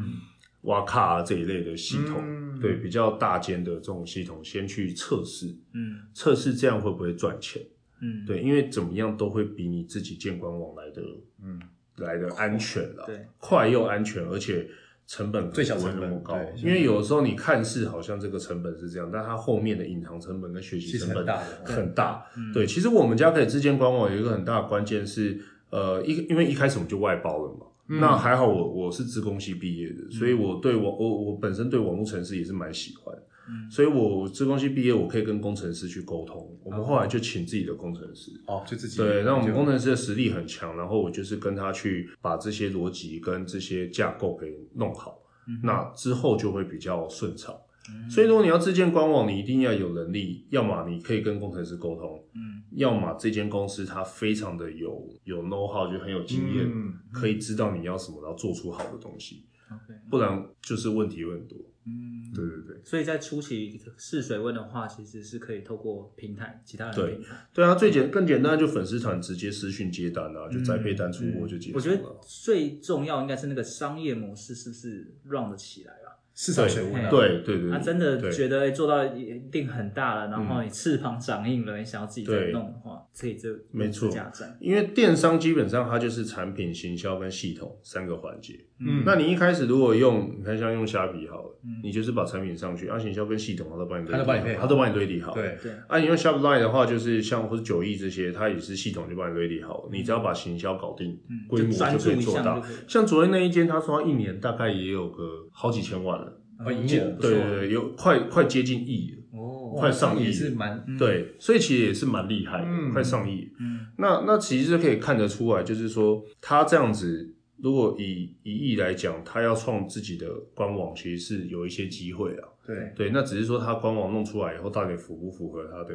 S3: 哇卡啊这一类的系统，
S2: 嗯
S3: 对比较大间的这种系统，先去测试，
S1: 嗯
S3: 测试这样会不会赚钱？
S1: 嗯，
S3: 对，因为怎么样都会比你自己建官网来的
S2: 嗯，
S3: 来的安全啦，
S1: 对，
S3: 快又安全，而且成本
S2: 最小
S3: 不会
S2: 成本
S3: 那么高
S2: 对，
S3: 因为有的时候你看似好像这个成本是这样，但它后面的隐藏成本跟学习
S2: 其实
S3: 成
S2: 很
S3: 本
S2: 大的，
S3: 很大。
S1: 嗯
S3: 对，其实我们家可以自建官网有一个很大的关键是，呃，一因为一开始我们就外包了嘛。
S2: 嗯
S3: 那还好我，我是自工系毕业的，所以我对网我我本身对网络城市也是蛮喜欢，
S1: 嗯
S3: 所以我自工系毕业，我可以跟工程师去沟通。我们后来就请自己的工程师，
S2: 哦，就自己
S3: 对，那我们
S2: 就
S3: 工程师的实力很强，然后我就是跟他去把这些逻辑跟这些架构给弄好，
S1: 嗯
S3: 那之后就会比较顺畅。
S1: 嗯
S3: 所以，如果你要自建官网，你一定要有能力，要么你可以跟工程师沟通，
S1: 嗯
S3: 要么这间公司它非常的有有 know how，就很有经验，
S2: 嗯
S3: 可以知道你要什么，然后做出好的东西，
S1: ，OK，
S3: 不然就是问题会很多。
S1: 嗯，
S3: 对对对。
S1: 所以在初期试水温的话，其实是可以透过平台，其他人的
S3: 对
S1: 平台。
S3: 对啊，最简更简单就粉丝团直接私讯接单啊，就栽培单出货就结束
S1: 嗯我
S3: 了。
S1: 觉得最重要应该是那个商业模式是不是 run 得起来吧？
S2: 市场水温啊，
S3: 对对对，
S1: 他、
S3: 对
S1: 真的
S3: 对嗯
S1: 觉得哎做到一定很大了，然后你翅膀长硬了，你想要自己再
S3: 对
S1: 弄的话，可以这
S3: 没错
S1: 加站。
S3: 因为电商基本上它就是产品、行销跟系统三个环节。
S2: 嗯
S3: 那你一开始如果用，你看像用虾皮好了，
S1: 嗯
S3: 你就是把产品上去，啊，行销跟系统它都帮你，
S2: 它都帮你配好
S3: 它都帮你堆理好。。
S2: 对，
S1: 对，
S3: 啊，你用 Shopline 的话，就是像或者九亿这些，它也是系统就帮你堆理
S2: 嗯
S3: 好了，你只要把行销搞定，
S1: 嗯，
S3: 规模
S1: 就专
S3: 就
S1: 注
S3: 可以
S1: 一
S3: 做
S1: 项
S3: 到
S1: 就。可
S2: 哦
S1: 以了。
S3: 像昨天那一间，他说他一年大概也有个好几千万了，
S2: 哦营业额
S1: 呃不错
S3: 对对对，有快快接近亿了，
S1: 哦，
S3: 快上亿
S2: 也是蛮
S1: 嗯，
S3: 对，所以其实也是蛮厉害的，
S2: 嗯
S3: 快上亿。
S1: 嗯
S3: 那那其实就可以看得出来，就是说他这样子，如果以一亿来讲，他要创自己的官网，其实是有一些机会啊。
S2: 对，
S3: 对，那只是说他官网弄出来以后，到底符不符合他的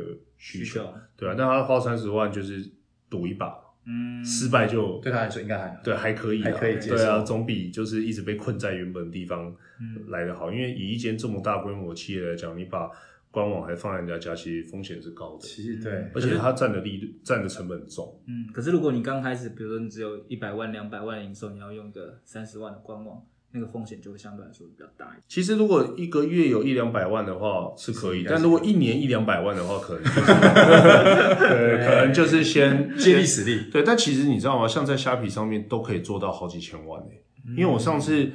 S1: 需
S3: 需求？
S1: 求，
S3: 对啊，那他花三十万就是赌一把，
S1: 嗯，
S3: 失败就
S2: 对他来说应该还好，
S3: 对还可以啊，
S2: 还可以接受
S3: 对啊，总比就是一直被困在原本的地方
S1: 嗯，
S3: 来的好。因为以一间这么大规模的企业来讲，你把官网还放在人家家，其实风险是高的，
S2: 其实对，
S3: 而且它占的利率占的成本很重。
S1: 嗯，可是如果你刚开始，比如说你只有一百万、两百万的营收，你要用一个三十万的官网，那个风险就会相对来说比较大一点。
S3: 其实如果一个月有一两百万的话是可以，
S2: 是
S3: 但如果一年一两百万的话，可能就是对，可能就是先
S2: 借力使力，
S3: 对。但其实你知道吗？像在虾皮上面都可以做到好几千万诶、
S1: 嗯
S3: 因为我上次。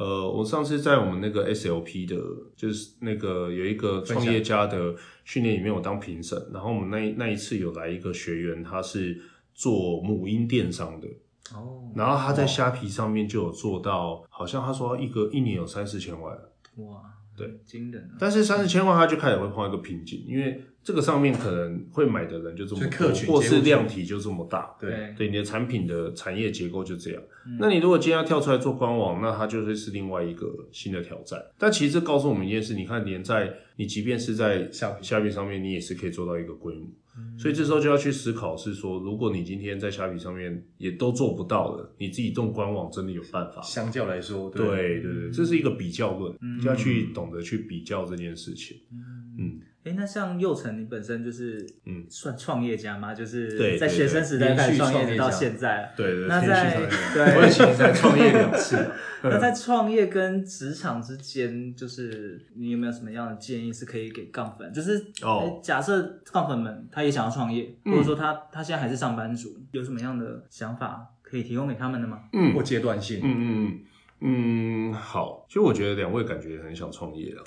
S3: 呃，我上次在我们那个 SLP 的，就是那个有一个创业家的训练里面，我当评审。然后我们那一那一次有来一个学员，他是做母婴电商的，
S1: 哦，
S3: 然后他在虾皮上面就有做到，好像他说一个一年有三四千万。
S1: 哇，
S3: 对，
S1: 惊人啊！
S3: 但是三十千万，他就开始会碰到一个瓶颈，因为这个上面可能会买的人就这么
S2: 就客群
S3: 多，或
S2: 结
S3: 是
S2: 构
S3: 量体就这么大，
S2: 对，
S3: 对你的产品的产业结构就这样。
S1: 嗯
S3: 那你如果今天要跳出来做官网，那它就会是另外一个新的挑战。但其实这告诉我们一件事，你看，连在你即便是在
S2: 虾皮
S3: 下面上面，你也是可以做到一个规模。
S1: 嗯
S3: 所以这时候就要去思考，是说，如果你今天在虾皮上面也都做不到了，你自己动官网真的有办法？
S2: 相较来说，
S3: 对对对，这是一个比较论，
S2: 嗯
S3: 就要去懂得去比较这件事情。嗯，
S1: 哎，那像佑成，你本身就是嗯
S3: 嗯，
S1: 算创业家吗？就是
S3: 对
S1: 在
S3: 对
S1: 学生时代
S2: 对
S1: 开始
S2: 连续
S1: 创业
S2: 创业
S1: 到
S2: 家
S1: 现在。
S3: 对对，
S1: 那
S3: 天
S1: 在 <laughs>
S3: 性上面
S1: 对
S2: 我以前才创业两次，
S1: 那在创业跟职场之间，就是你有没有什么样的建议是可以给杠粉？就是、
S3: 哦嗯
S1: 哎假设杠粉们他也想要创业，或者说他他现在还是上班族，有什么样的想法可以提供给他们的吗？
S3: 嗯
S2: 或阶段性。
S3: 嗯嗯嗯嗯，好。其实我觉得两位感觉很想创业了。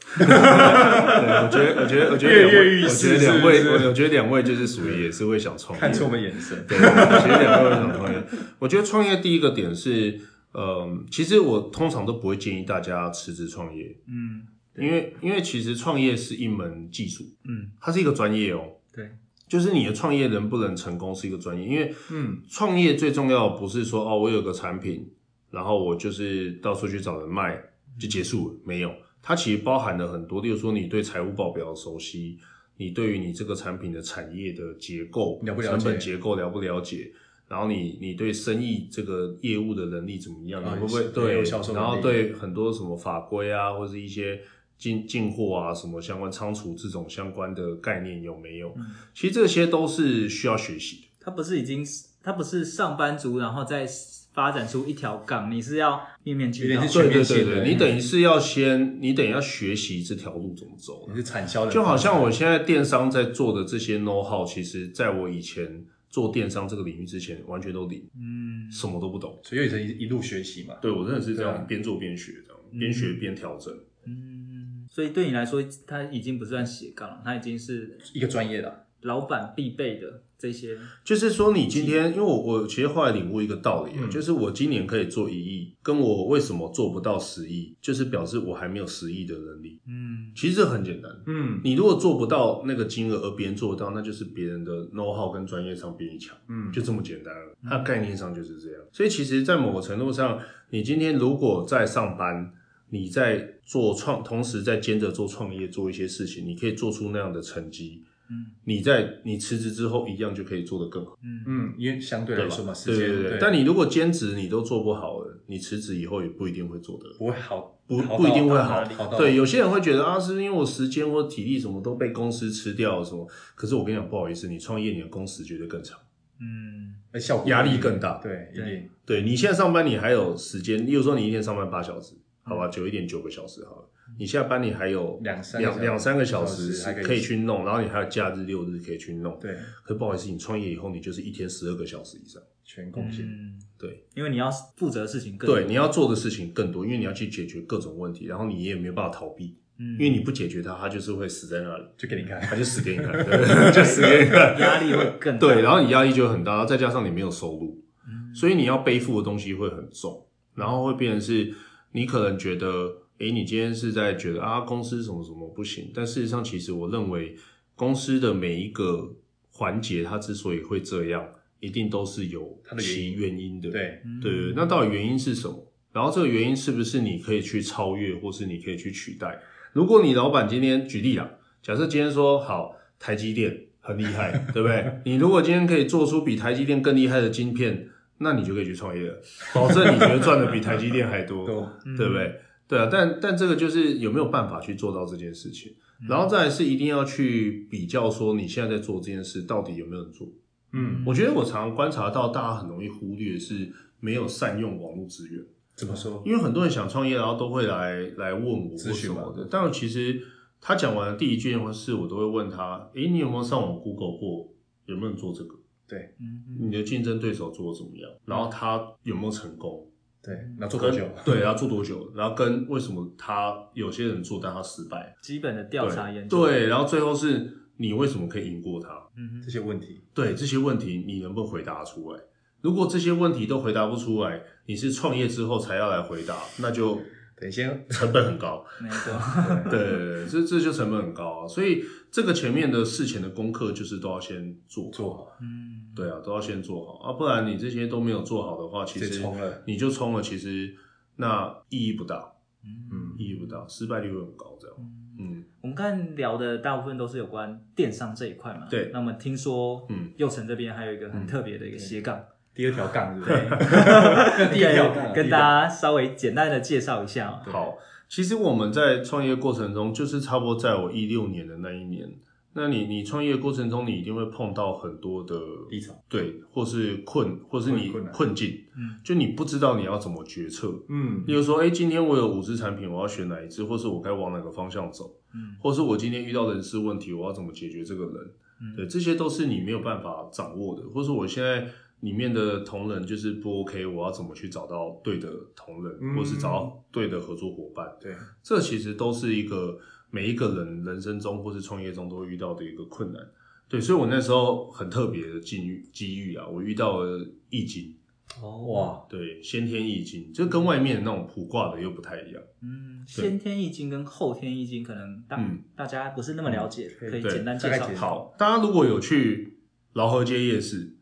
S3: 我觉得，我觉得，我觉得两
S2: 跃跃
S3: 位，
S2: 欲
S3: 我
S2: 试
S3: 觉得
S2: 是
S3: 两
S2: 不
S3: 位，
S2: 是
S3: 我我觉得两位就是属于也是会想创业。
S2: 看出我们眼神，
S3: 对，我觉得两位会想创业。我觉得创业第一个点是，嗯，其实我通常都不会建议大家辞职创业，
S1: 嗯
S3: 因为因为其实创业是一门技术，
S1: 嗯，
S3: 它是一个专业哦。
S1: 对，
S3: 就是你的创业能不能成功是一个专业，因为
S2: 嗯，
S3: 创业最重要的不是说哦，我有个产品，然后我就是到处去找人卖
S2: 嗯
S3: 就结束了，没有。它其实包含了很多，例如说你对财务报表的熟悉，你对于你这个产品的产业的结构、
S2: 了不了解
S3: 成本结构了不了解，然后你你对生意这个业务的能力怎么样，
S2: 啊
S3: 你会不会
S2: 是
S3: 对
S2: 有销售能力
S3: 然后对很多什么法规啊，或是一些进进货啊什么相关仓储这种相关的概念有没
S2: 嗯
S3: 有？其实这些都是需要学习的。
S1: 他不是已经他不是上班族，然后再发展出一条杠，你是要面面俱
S2: 有
S1: 到
S2: 点。是
S3: 对
S2: 全
S3: 对
S2: 面性
S3: 对
S2: 的嗯
S3: 对，你等于是要先，你等于要学习这条路怎么走
S2: 你
S3: 的。
S2: 是产销的，
S3: 就好像我现在电商在做的这些 know how，其实在我以前做电商这个领域之前，完全都零，
S1: 嗯，
S3: 什么都不懂。
S2: 所以有人一一路学习嘛，
S3: 对我真的是这
S2: 对啊
S3: 样边做边学，这样边学边调整。
S1: 嗯，所以对你来说，他已经不算斜杠了，他已经是
S2: 一个专业的，
S1: 老板必备的这些。
S3: 就是说，你
S2: 嗯
S3: 今天，因为我我其实后来领悟一个道理啊，就是我今年可以做一亿，跟我为什么做不到十亿，就是表示我还没有十亿的能力。
S1: 嗯
S3: 其实这很简单，
S2: 嗯
S3: 你如果做不到那个金额，而别人做得到，那就是别人的 know how 跟专业上比你强，
S2: 嗯，
S3: 就这么简单了。它概念上就是这样。所以其实，在某个程度上，你今天如果在上班，你在做创，同时在兼着做创业，做一些事情，你可以做出那样的成绩。
S1: 嗯，
S3: 你在你辞职之后，一样就可以做得更好，
S1: 嗯
S2: 嗯，因为相对
S3: 对
S2: 来
S3: 吧
S2: 说嘛，？时
S3: 对
S2: 间
S3: 对对。但你如果兼职你都做不好了，你辞职以后也不一定会做得
S2: 不会好，
S3: 不
S2: 好到
S3: 不一定会
S2: 哪
S3: 好
S2: 里好到，
S3: 对，有些人会觉得啊，是不是因为我时间或体力什么都被公司吃掉了什么？可是我跟你讲，不好意思，你创业你的工时绝对更长，
S1: 嗯
S2: 哎效果
S3: 压力更大。
S2: 对，一
S1: 对
S2: 定
S3: 对你现在上班你还有时间，例如说你一天上班八小时，好吧，九一点九个小时好了，你下班你还有
S2: 嗯两三个小
S3: 两
S2: 时
S3: 两三个
S2: 小
S3: 小时
S2: 时还
S3: 是
S2: 可以
S3: 可以去弄，然后你还有假日六日可以去弄。
S2: 对，
S3: 可不好意思，你创业以后你就是一天十二个小时以上，
S2: 全贡献，
S1: 嗯，
S3: 对
S1: 因为你要负责的事情更多
S3: 对，你要做的事情更多，因为你要去解决各种问题，然后你也没有办法逃避，
S1: 嗯
S3: 因为你不解决它，它就是会死在那里。
S2: 就给你看，
S3: 他就死给你看，对 <laughs> 就死给你看。
S1: 压力会更大
S3: 对，然后你压力就很大，然后再加上你没有收入，
S2: 嗯
S3: 所以你要背负的东西会很重，然后会变成是你可能觉得，诶，你今天是在觉得啊公司什么什么不行，但事实上其实我认为公司的每一个环节它之所以会这样，一定都是有
S2: 它的原
S3: 其
S2: 因
S3: 原因的。
S2: 对，
S1: 嗯
S3: 对对，那到底原因是什么？然后这个原因是不是你可以去超越，或是你可以去取代？如果你老板今天举例啦，假设今天说好台积电很厉害，对不对？ <laughs> 你如果今天可以做出比台积电更厉害的晶片，那你就可以去创业了，保证你觉得赚的比台积电还多，
S2: 都
S1: 嗯
S3: 对不对？对啊，但但这个就是有没有办法去做到这件事情，
S1: 嗯
S3: 然后再来是一定要去比较说你现在在做这件事到底有没有人做，
S2: 嗯，
S3: 我觉得我常常观察到，大家很容易忽略是没有善用网络资源，
S2: 怎么说？
S3: 因为很多人想创业，然后都会来来问我
S2: 咨询
S3: 什
S2: 嘛
S3: 么的。但其实他讲完的第一句事，我都会问他：诶，你有没有上网 Google 过？有没有人做这个？
S2: 对
S1: 嗯
S3: 你的竞争对手做的怎么样？然后他有没有成功？
S2: 对，那做多久？
S3: 对，然后做多久？然后跟为什么他有些人做但他失败？
S1: 基本的调查研究
S3: 对，然后最后是你为什么可以赢过他？
S1: 嗯
S2: 这些问题，
S3: 对这些问题，你能不能回答出来？如果这些问题都回答不出来，你是创业之后才要来回答，那就
S2: 等一先，
S3: 成本很高。 <laughs>
S1: 嗯没错
S3: 对对，对这这就成本很高啊。所以这个前面的事前的功课就是都要先做，
S2: 做好，
S1: 嗯
S3: 对啊，都要先做好啊，不然你这些都没有做好的话，其
S2: 直接
S3: 实
S2: 冲了，
S3: 你就冲了，其实那意义不大，
S1: 嗯
S2: 嗯，
S3: 意义不大，失败率会很高。这样，嗯，
S1: 我们刚才聊的大部分都是有关电商这一块嘛。
S3: 对
S1: 那我们听说，
S3: 嗯，
S1: 右城这边还有一个很特别的一个斜
S3: <laughs>
S1: 杠，
S4: 第二条杠是不是？ <laughs>
S1: 可
S4: 第一条杠啊
S1: 以，跟大家稍微简单的介绍一下哦。
S3: 好，其实我们在创业过程中，就是差不多在我一六年的那一年，那你你创业过程中，你一定会碰到很多的
S4: 第一条，
S3: 对，或是困，或是你
S2: 困困难
S3: 困境，
S1: 嗯，
S3: 就你不知道你要怎么决策。
S2: 嗯
S3: 例如说，哎，今天我有五支产品，我要选哪一支，或是我该往哪个方向走，
S1: 嗯，
S3: 或是我今天遇到人事问题，我要怎么解决这个人，
S1: 嗯
S3: 对，这些都是你没有办法掌握的，或是我现在里面的同仁就是不 OK，我要怎么去找到对的同仁，
S2: 嗯
S3: 或是找到对的合作伙伴，
S2: 对，
S3: 这其实都是一个每一个人人生中或是创业中都会遇到的一个困难。对，所以我那时候很特别的境遇机遇啊，我遇到了易经，
S1: 哦，
S4: 哇，
S3: 对，先天易经，这跟外面那种卜卦的又不太一样。
S1: 嗯，先天易经跟后天易经可能大
S3: 嗯
S1: 大家不是那么了解，
S4: 可以
S1: 可以
S3: 对
S1: 简单介
S4: 大概
S1: 绍
S4: 解。释
S3: 好，大家如果有去饶河街夜市， <laughs>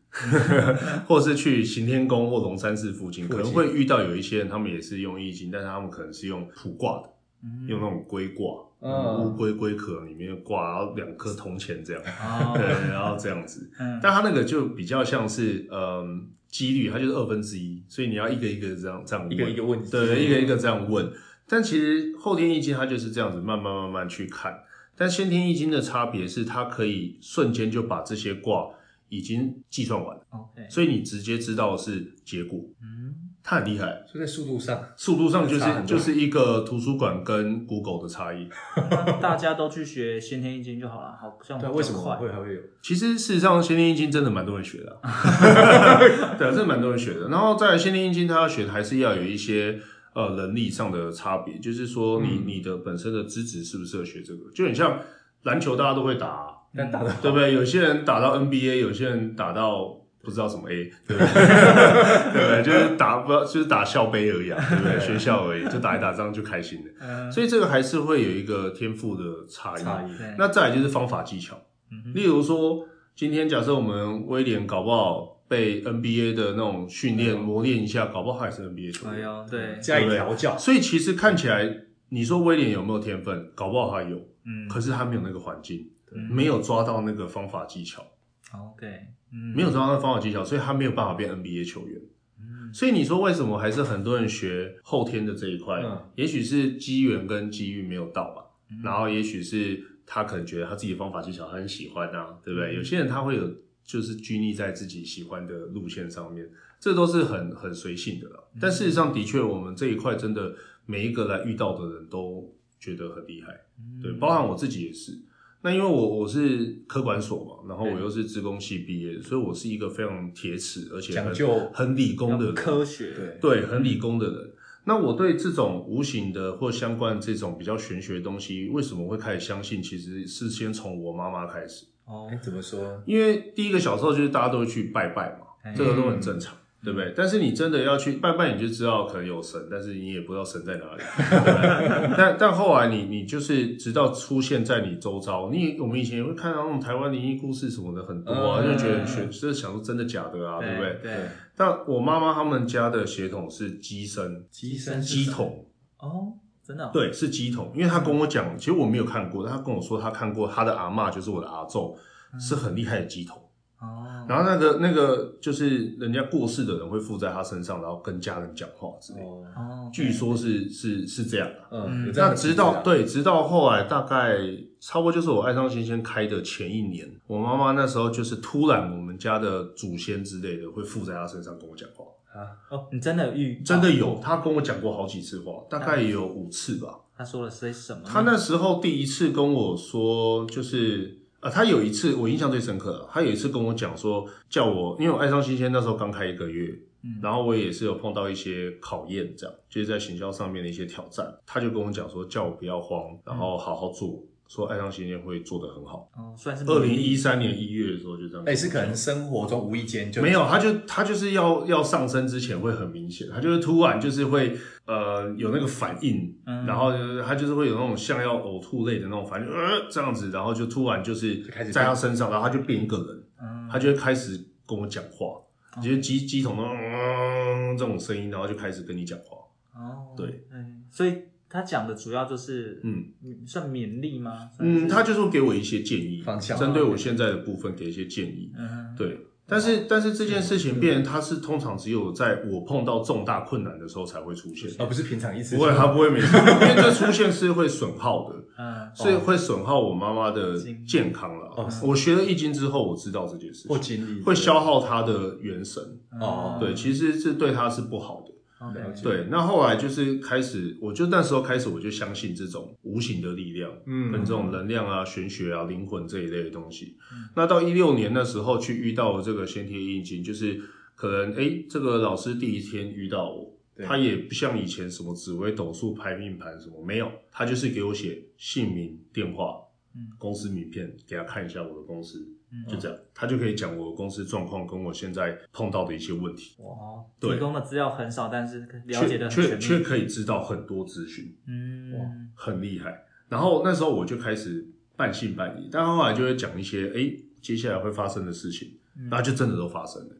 S3: 或者是去行天宫或龙山寺附近，
S4: 附近
S3: 可能会遇到有一些人，他们也是用易经，但是他们可能是用卜卦的，
S1: 嗯
S3: 用那种龟卦，
S4: 嗯
S3: 乌龟龟壳里面挂然后两颗铜钱这样， <laughs> 对，
S1: 哦，
S3: 然后这样子。
S1: 嗯，
S3: 但他那个就比较像是，嗯，几率它就是二分之一，所以你要一个一个这样这样问
S4: 一个一个问题，
S3: 对，一个一个这样问。但其实后天易经它就是这样子慢慢慢慢去看，但先天易经的差别是它可以瞬间就把这些卦已经计算完了，
S1: OK，
S3: 所以你直接知道是结果，
S1: 嗯，
S3: 它很厉害。
S4: 所以在速度上，
S3: 速度上就
S4: 差
S3: 是
S4: 很
S3: 就
S4: 多
S3: 是一个图书馆跟 Google 的差异。
S1: 那大家都去学先天易经就好了，好像
S4: 对啊，为什么
S1: 快？
S4: 会还会有？
S3: 其实事实上，先天易经真的蛮多人学的啊、对啊，真的蛮多人学的。然后在先天易经，它要学的还是要有一些呃能力上的差别，就是说你、
S2: 嗯
S3: 你的本身的资质适不适合学这个，就很像篮球大家都会打啊、
S4: 但打的
S3: 对不对？有些人打到 NBA，有些人打到不知道什么 A，对 <laughs> 不对？对不对？就是打不就是打校杯而已啊，对不对？学校而已，就打一打这样就开心了。
S1: 嗯，
S3: 所以这个还是会有一个天赋的差异。
S4: 差异，
S1: 对
S3: 那再来就是方法技巧。
S1: 嗯哼
S3: 例如说，今天假设我们威廉搞不好被 NBA 的那种训练磨练一下，搞不好还是 NBA 球
S1: 哎
S3: 员。
S1: 呦，对，
S4: 加以调教，
S3: 所以其实看起来，你说威廉有没有天分？搞不好他有，
S1: 嗯，
S3: 可是他没有那个环境，
S1: 嗯
S3: 没有抓到那个方法技巧，
S1: OK，嗯，
S3: 没有抓到那个方法技巧，所以他没有办法变 NBA 球员。
S1: 嗯，
S3: 所以你说为什么还是很多人学后天的这一块？
S4: 嗯
S3: 也许是机缘跟机遇没有到吧，
S1: 嗯
S3: 然后也许是他可能觉得他自己的方法技巧他很喜欢啊，对不
S1: 嗯
S3: 对？有些人他会有就是拘泥在自己喜欢的路线上面，这都是很很随性的了。
S1: 嗯
S3: 但事实上，的确我们这一块真的每一个来遇到的人都觉得很厉害。
S1: 嗯
S3: 对，包含我自己也是。那因为我我是科管所嘛，然后我又是职工系毕业的，所以我是一个非常铁齿而且很
S4: 讲究
S3: 很理工的
S1: 要
S3: 人，
S1: 科学，
S4: 对，
S3: 对，很理工的人。那我对这种无形的或相关这种比较玄学的东西，为什么会开始相信？其实是先从我妈妈开始，
S1: 哦
S4: 哎，，怎么说？
S3: 因为第一个小时候就是大家都会去拜拜嘛，
S1: 哎
S3: 这个都很正常，
S4: 嗯
S3: 对不对？但是你真的要去拜拜，你就知道可能有神，但是你也不知道神在哪里。对不对 <laughs> 但但后来你你就是直到出现在你周遭，你我们以前也会看到那种台湾灵异故事什么的很多啊，
S4: 嗯
S3: 就觉得学就是想说真的假的啊，对不对？
S1: 对，
S3: 但我妈妈他们家的血统是鸡生，
S4: 鸡生
S3: 鸡
S4: 鸡
S3: 桶，
S1: 哦，真的哦，
S3: 对，是鸡桶，因为他跟我讲，其实我没有看过，但他跟我说他看过他的阿嬷，就是我的阿昼，
S4: 嗯
S3: 是很厉害的鸡桶。
S1: 哦，
S3: 然后那个那个就是人家过世的人会附在他身上，然后跟家人讲话之类的。
S4: 哦，
S1: 哦，
S3: 据说是是是这样的、
S4: 嗯，有这样
S3: 那
S4: 的
S3: 直
S4: 例子
S3: 到
S4: 啊，
S3: 对，直到后来大概差不多就是我爱上新鲜开的前一年，我妈妈那时候就是突然我们家的祖先之类的会附在她身上跟我讲话，
S4: 啊
S1: 哦，你真的有遇到
S3: 真的有，她跟我讲过好几次话，大概
S4: 嗯
S3: 有五次吧。
S1: 他说了些什么呢？
S3: 他那时候第一次跟我说，就是啊，他有一次我印象最深刻了，他有一次跟我讲说，叫我，因为我爱上新鲜那时候刚开一个月，
S1: 嗯，
S3: 然后我也是有碰到一些考验，这样就是在行销上面的一些挑战，他就跟我讲说，叫我不要慌，然后好好做，说爱上新鲜会做得很好。
S1: 哦，算是
S3: 二零一三年一月的时候就这样，
S4: 哎，是可能生活中无意间就
S3: 没有，他就他就是要要上升之前会很明显，他就是突然就是会呃有那个反应，
S1: 嗯
S3: 然后就是他就是会有那种像要呕吐类的那种反应，呃这样子，然后就突然就是
S4: 就开始
S3: 在他身上，然后他就变一个人，
S1: 嗯，哦
S3: 他就会开始跟我讲话，就是鸡鸡桶的、嗯、这种声音，然后就开始跟你讲话。
S1: 哦，
S3: 对
S1: 嗯，所以他讲的主要就是，
S3: 嗯
S1: 嗯，算勉励吗？算是
S3: 嗯，他就说给我一些建议
S4: 方向，
S3: 针对我现在的部分给一些建议。
S1: 嗯哼
S3: 对，但是但是这件事情，变成它是通常只有在我碰到重大困难的时候才会出现，
S4: 而哦
S2: 哦
S4: 不是平常一次
S3: 不会，
S4: 性
S3: 它不会每次，因为这出现是会损耗的，
S1: 嗯，
S3: 所以会损耗我妈妈的健康了
S4: 哦。
S3: 我学了易经之后，我知道这件事
S4: 或
S3: 情
S4: 经历
S3: 会消耗她的元神，
S1: 嗯
S4: 哦
S3: 对，其实是对她是不好的。
S4: 了解
S3: 对，那后来就是开始，我就那时候开始，我就相信这种无形的力量，
S4: 嗯
S3: 跟这种能量啊、玄学啊、灵魂这一类的东西。
S1: 嗯
S3: 那到一六年那时候去遇到这个先天印经，就是可能诶，这个老师第一天遇到我，
S4: 对
S3: 他也不像以前什么紫微斗数、排命盘什么没有，他就是给我写姓名、电话、
S1: 嗯
S3: 公司名片，给他看一下我的公司，
S1: 嗯
S3: 就这样，他就可以讲我的公司状况跟我现在碰到的一些问题。
S1: 哦，
S3: 对
S1: 提供的资料很少，但是了解的很
S3: 却
S1: 全
S3: 却
S1: 面。
S3: 可以知道很多资讯，
S1: 嗯，
S3: 很厉害。然后那时候我就开始半信半疑，但后来就会讲一些哎、诶接下来会发生的事情，
S4: 嗯
S1: 嗯
S3: 然后就真的都发生了。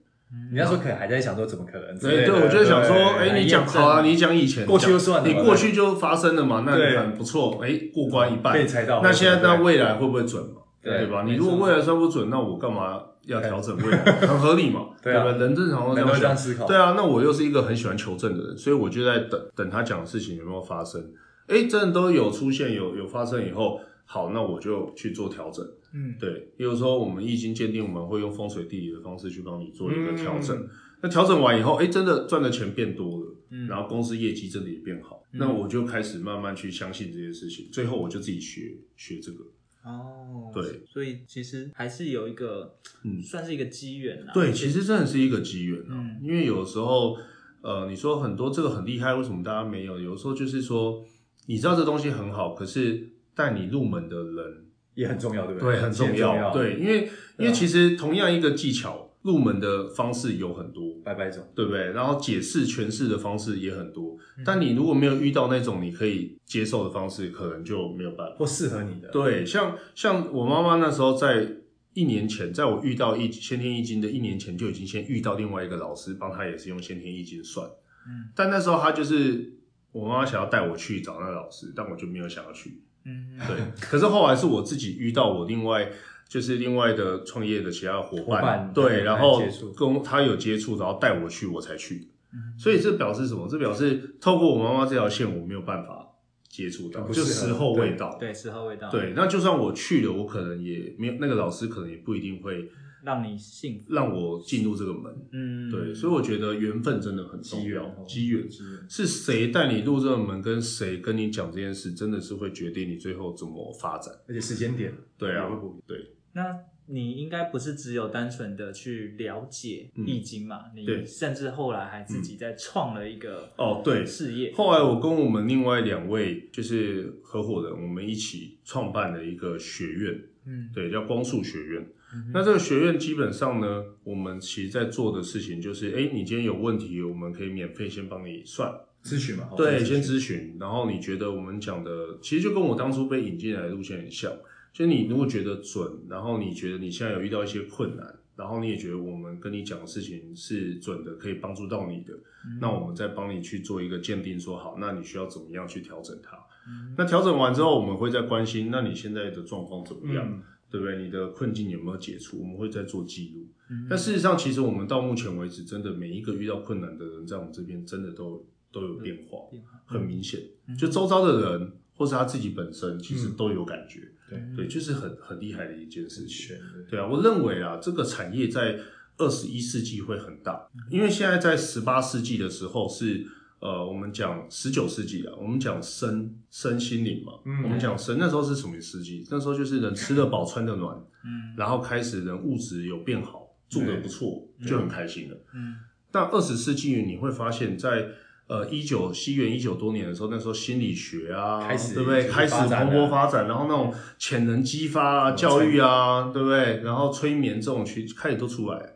S4: 你那时候可能还在想说怎么可能之类的？
S3: 对对，我就想说，哎、
S4: 对
S3: 你讲
S4: 验证
S3: 好啊，你讲以前
S4: 过去就算了
S3: 你
S4: 嘛
S3: 过去就发生了嘛，那
S4: 对
S3: 很不错，哎、过关一半
S4: 被。猜到，
S3: 那现在
S4: 对
S3: 那
S4: 不对
S3: 未来会不会准嘛？
S4: 对
S3: 对吧？
S4: 没
S3: 你如果
S4: 错
S3: 未来算不准，那我干嘛要调整未来？很合理嘛，
S4: <laughs> 对啊
S3: 吧？人正常都这
S4: 人
S3: 样
S4: 都这
S3: 想
S4: 样。思考，
S3: 对啊，那我又是一个很喜欢求证的人，所以我就在等等他讲的事情有没有发生。哎，真的都有出现，有有发生以后，好，那我就去做调整。
S1: 嗯，
S3: 对，比如说我们易经鉴定，我们会用风水地理的方式去帮你做一个调整。
S4: 嗯
S3: 那调整完以后，哎，真的赚的钱变多了，
S1: 嗯
S3: 然后公司业绩真的也变好，
S1: 嗯
S3: 那我就开始慢慢去相信这件事情。最后我就自己学学这个，
S1: 哦，
S3: 对，
S1: 所以其实还是有一个，
S3: 嗯
S1: 算是一个机缘啦。
S3: 对，其实真的是一个机缘啊，
S1: 嗯
S3: 因为有时候，呃，你说很多这个很厉害，为什么大家没有？有时候就是说，你知道这东西很好，可是带你入门的人
S4: 也很重要，对不
S3: 对很重要，对，啊因为因为其实同样一个技巧，入门的方式有很多，
S4: 拜拜总
S3: 对不对？然后解释诠释的方式也很多，但你如果没有遇到那种你可以接受的方式，可能就没有办法。
S4: 或适合你的，
S3: 对，像像我妈妈那时候在一年前，在我遇到易先天易经的一年前，就已经先遇到另外一个老师，帮她也是用先天易经算。
S1: 嗯
S3: 但那时候她就是我妈妈想要带我去找那个老师，但我就没有想要去。
S1: 嗯，
S3: 对，可是后来是我自己遇到我另外。就是另外的创业的其他伙
S4: 伙伴
S3: 对，
S4: 对
S3: 然后
S4: 来接触
S3: 跟他有接触，然后带我去，我才去。
S1: 嗯
S3: 所以这表示什么？这表示透过我妈妈这条线，我没有办法接触到，
S4: 不
S3: 就
S4: 适合
S3: 时候未
S4: 对
S3: 到。
S1: 对，时候未到，，
S3: 对，那就算我去了，我可能也没有那个老师，可能也不一定会
S1: 让你幸福。
S3: 让我进入这个门。
S1: 嗯，
S3: 对，所以我觉得缘分真的很重
S4: 机缘
S3: 要
S4: 哦，
S3: 机缘是谁带你入这个门，跟谁跟你讲这件事，真的是会决定你最后怎么发展。
S4: 而且时间点
S3: 对啊
S4: 也会不一，
S3: 对，
S1: 那你应该不是只有单纯的去了解
S3: 嗯
S1: 易经嘛？你
S3: 对嗯
S1: 甚至后来还自己再创了一个
S3: 哦对
S1: 事业。
S3: 后来我跟我们另外两位就是合伙人，我们一起创办了一个学院，
S1: 嗯，
S3: 对，叫光速学院。
S1: 嗯哼
S3: 那这个学院基本上呢，我们其实在做的事情就是，哎，你今天有问题，我们可以免费先帮你算。
S4: 咨询
S2: 哦
S4: 嘛，哦
S3: 对，
S4: 询
S3: 先咨询，然后你觉得我们讲的，其实就跟我当初被引进来的路线很像。就你如果觉得准，然后你觉得你现在有遇到一些困难，然后你也觉得我们跟你讲的事情是准的，可以帮助到你的，
S1: 嗯
S3: 那我们再帮你去做一个鉴定说好，那你需要怎么样去调整它？
S1: 嗯
S3: 那调整完之后，我们会再关心，那你现在的状况怎么样，
S4: 嗯
S3: 对不对？你的困境有没有解除？我们会再做记录。
S1: 嗯
S3: 但事实上，其实我们到目前为止，真的每一个遇到困难的人，在我们这边真的都都有变化，
S1: 变化
S3: 很明显。
S1: 嗯
S3: 就周遭的人，或是他自己本身，其实都有感觉。
S1: 嗯
S4: 对
S3: 对，就是很很厉害的一件事情。
S4: 选的
S3: 对啊，我认为啊，这个产业在二十一世纪会很大，因为现在在十八世纪的时候是呃，我们讲十九世纪啊，我们讲身身心灵嘛，
S4: 嗯
S3: 我们讲身那时候是什么世纪？那时候就是人吃得饱，穿得暖，
S1: 嗯
S3: 然后开始人物质有变好，住得不错，就很开心了。
S1: 嗯
S3: 但二十世纪你会发现在，呃一九西元一九多年的时候，那时候心理学啊，
S4: 开始
S3: 对不对？
S4: 就是
S3: 开始
S4: 发展啊
S3: 蓬
S4: 了
S3: 勃发展，然后那种潜能激发啊、教育啊，对不对？然后催眠这种去开始都出来。
S1: 嗯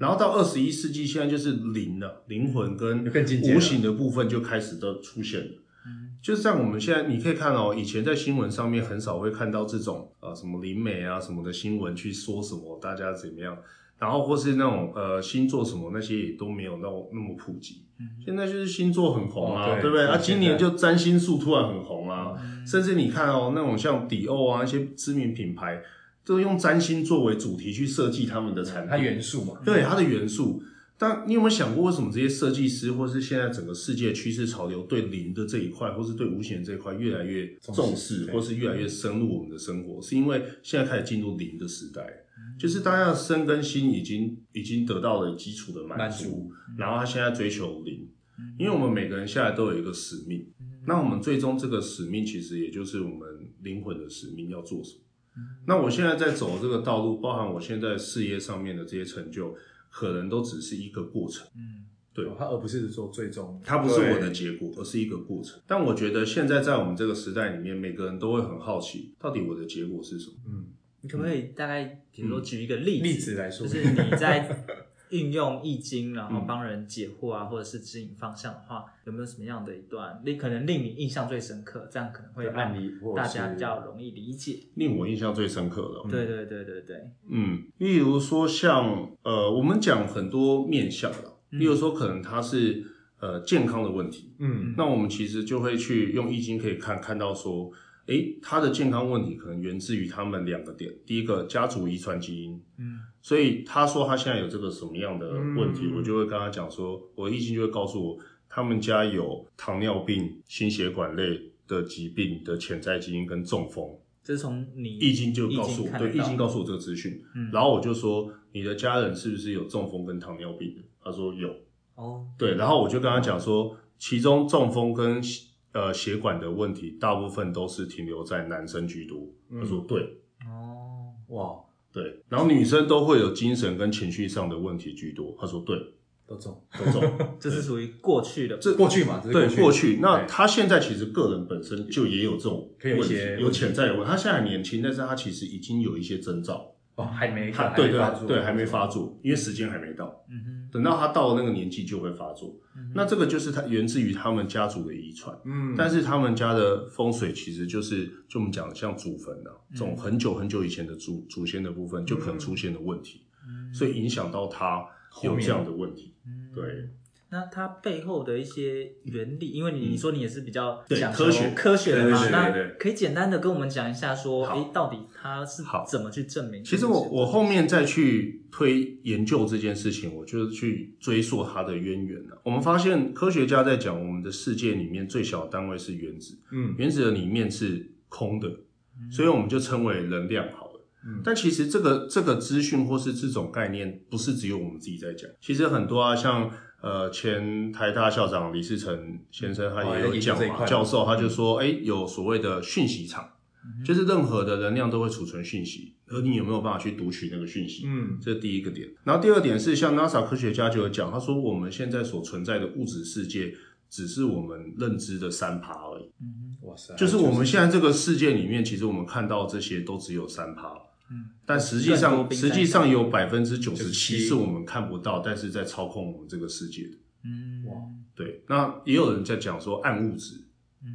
S3: 然后到二十一世纪，现在就是灵了，灵魂跟
S4: 就更进阶了
S3: 无形的部分就开始都出现了。
S1: 嗯
S3: 就是在我们现在，你可以看哦，以前在新闻上面很少会看到这种呃什么灵媒啊什么的新闻去说什么大家怎么样，然后或是那种呃星座什么那些也都没有那么那么普及。
S1: 嗯
S3: 现在就是星座很红啊，
S4: 哦对
S3: 对不对？
S4: 是
S3: 啊，今
S4: 现
S3: 年就占星术突然很红啊，甚至你看哦，那种像迪欧啊一些知名品牌，都用占星作为主题去设计他们的产
S2: 它
S3: 品，嗯
S2: 元素嘛，
S3: 对它的元素。但你有没有想过，为什么这些设计师，或是现在整个世界趋势潮流，对零的这一块，或是对无形的这一块越来越重
S4: 重
S3: 视
S4: 视，
S3: 或是越来越深入我们的生活？是因为现在开始进入零的时代，
S1: 嗯
S3: 就是大家的身跟心已经已经得到了基础的满
S2: 满
S3: 足
S2: 足，
S3: 然后他现在追求零，
S1: 嗯
S3: 因为我们每个人下来都有一个使命，那我们最终这个使命其实也就是我们灵魂的使命要做什么。
S1: 嗯
S3: 那我现在在走这个道路，包含我现在事业上面的这些成就，可能都只是一个过程，对
S4: 它而不是说最终，
S3: 它不是我的结果，而是一个过程。但我觉得现在在我们这个时代里面，每个人都会很好奇，到底我的结果是什么？
S4: 嗯，
S1: 你可不可以大概，比如
S3: 嗯
S1: 说举一个例子，
S4: 例子来说
S1: 就是
S3: <laughs>
S1: 你在运用易经，然
S3: 嗯
S1: 后帮人解惑啊，或者是指引方向的话，有没有什么样的一段，你可能令你印象最深刻，这样可能会
S4: 的案例
S1: 让
S4: 或者
S1: 大
S4: 是
S1: 家比较容易理解。
S3: 令我印象最深刻的哦，
S1: 对对对对对，
S3: 嗯，例如说像呃，我们讲很多面向的，例如说可能它是呃健康的问题，
S4: 嗯
S3: 那我们其实就会去用易经可以看看到说，诶，他的健康问题可能源自于他们两个点，第一个家族遗传基因，
S1: 嗯，
S3: 所以他说他现在有这个什么样的问题，
S4: 嗯
S3: 我就会跟他讲说，我易经就会告诉我，他们家有糖尿病、心血管类的疾病的潜在基因跟中风，
S1: 这是从你
S3: 易经就告诉我，
S1: 看得
S3: 对，
S1: 到
S3: 易经告诉我这个资讯，
S1: 嗯
S3: 然后我就说你的家人是不是有中风跟糖尿病？他说有，
S1: 哦，
S3: 对，然后我就跟他讲说，其中中风跟呃血管的问题，大部分都是停留在男生居多。他
S1: 嗯
S3: 说对
S1: 哦，
S4: 哇，
S3: 对，然后女生都会有精神跟情绪上的问题居多。他说对，
S4: 都中，
S3: 都
S4: <laughs>
S3: 中。
S1: 这是属于过去的，
S4: 这过去嘛，这
S3: 对，
S4: 是
S3: 过
S4: 过
S3: 去那
S4: 对
S3: 他现在其实个人本身就也有这种
S4: 可以有一
S3: 问题
S4: 些
S3: 有潜在的问题。他现在很年轻，但是他其实已经有一些征兆，
S4: 哦，还没
S3: 他
S4: 看，
S3: 对
S4: 还没
S3: 对
S4: 发作
S3: 对还没发作，因为时间还没到。
S1: 嗯
S3: 等到他到了那个年纪就会发作。
S1: 哼，
S3: 那这个就是他源自于他们家族的遗传。
S4: 嗯，
S3: 但是他们家的风水其实就是，就我们讲的像祖坟啊，这
S4: 嗯
S3: 种很久很久以前的祖祖先的部分就可能出现的问题，
S1: 嗯
S3: 所以影响到他有这样的问题。
S1: 嗯
S3: 对，嗯
S1: 那它背后的一些原理，因为你你说你也是比较
S3: 对
S1: 讲
S3: 科学
S1: 科学的嘛，
S4: 对对对
S1: 那
S4: 对
S1: 可以简单的跟我们讲一下说，
S3: 好
S1: 诶，到底它是
S3: 好
S1: 怎么去证明这
S3: 其
S1: 件事？
S3: 实我我后面再去推研究这件事情，我就是去追溯它的渊源了、我们发现科学家在讲我们的世界里面最小的单位是原子，
S4: 嗯
S3: 原子的里面是空的，
S1: 嗯
S3: 所以我们就称为能量好了。
S4: 嗯
S3: 但其实这个这个资讯或是这种概念，不是只有我们自己在讲，其实很多啊，像呃前台大校长李世成先生他
S4: 哦
S3: 也
S4: 也
S3: 有
S4: 研究
S3: 讲
S4: 这一
S3: 嘛，
S4: 块嗯
S3: 教授他就说，哎、有所谓的讯息场，
S1: 嗯
S3: 就是任何的能量都会储存讯息，而你有没有办法去读取那个讯息？
S4: 嗯
S3: 这是第一个点。然后第二点是，像 NASA 科学家就有讲，他说我们现在所存在的物质世界，只是我们认知的三趴而已。
S1: 嗯
S4: 哇塞，
S3: 就是我们现在这个世界里面，其实我们看到这些都只有三趴，
S1: 嗯，
S3: 但实际
S1: 更多
S3: 上
S1: 冰山
S3: 实际上有百分之九十七
S4: 97
S3: 是我们看不到，但是在操控我们这个世界的。
S1: 嗯
S4: 哇
S3: 对，那也有人在讲说暗物质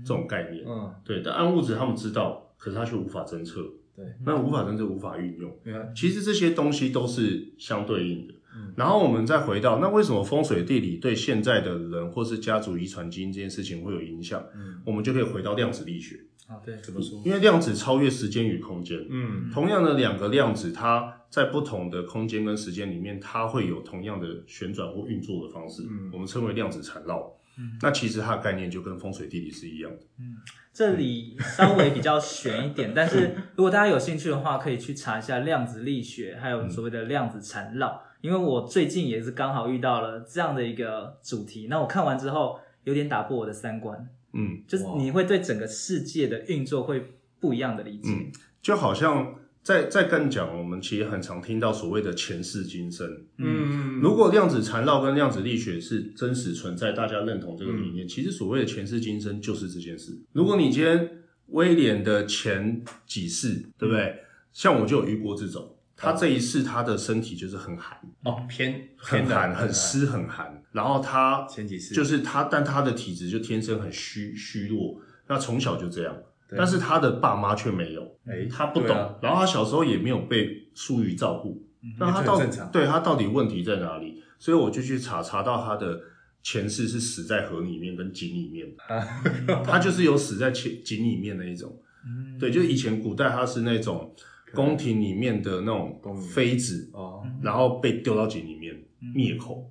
S3: 这种概念，
S4: 嗯，
S3: 对，但暗物质他们知道，可是他却无法侦测，
S4: 对，
S3: 那无法
S1: 嗯
S3: 侦测无法运用。
S4: 因为它
S3: 其实这些东西都是相对应的。
S4: 嗯
S3: 然后我们再回到那为什么风水地理对现在的人或是家族遗传基因这件事情会有影响，
S4: 嗯
S3: 我们就可以回到量子力学。
S1: 啊对，
S4: 怎么说？
S3: 因为量子超越时间与空间，
S4: 嗯
S3: 同样的两个量子，它在不同的空间跟时间里面，它会有同样的旋转或运作的方式，
S4: 嗯
S3: 我们称为量子缠绕。
S1: 嗯
S3: 那其实它的概念就跟风水地理是一样的。
S1: 这里稍微比较悬一点，但是如果大家有兴趣的话，可以去查一下量子力学，还有所谓的量子缠绕。因为我最近也是刚好遇到了这样的一个主题，那我看完之后有点打破我的三观，
S3: 嗯，
S1: 就是你会对整个世界的运作会不一样的理解。
S3: 嗯就好像在在更讲，我们其实很常听到所谓的前世今生。
S4: 嗯
S3: 如果量子缠绕跟量子力学是真实存在，大家认同这个理念，其实所谓的前世今生就是这件事。如果你今天威廉的前几世，对不对？像我就有遇过这种，他这一世他的身体就是很寒，
S4: 哦偏
S3: 很
S4: 偏
S3: 寒，
S4: 难
S3: 嗯很，湿，很寒。然后他
S4: 前几次
S3: 就是他，但他的体质就天生很虚虚弱，那从小就这样。
S4: 对啊
S3: 但是他的爸妈却没有，
S4: 哎
S3: 他不懂，
S4: 对啊嗯
S3: 然后他小时候也没有被疏于照顾，那他
S4: 这
S3: 到
S4: 很正常
S3: 对他到底问题在哪里？所以我就去查，查到他的前世是死在河里面跟井里面的，他就是有死在井井里面的一种。
S1: 嗯
S3: 嗯
S4: 嗯
S3: 对，就是以前古代他是那种宫廷里面的那种
S4: 宫女
S3: 妃子，
S4: 哦，
S3: 然后被丢到井里面
S1: 嗯
S3: 灭口，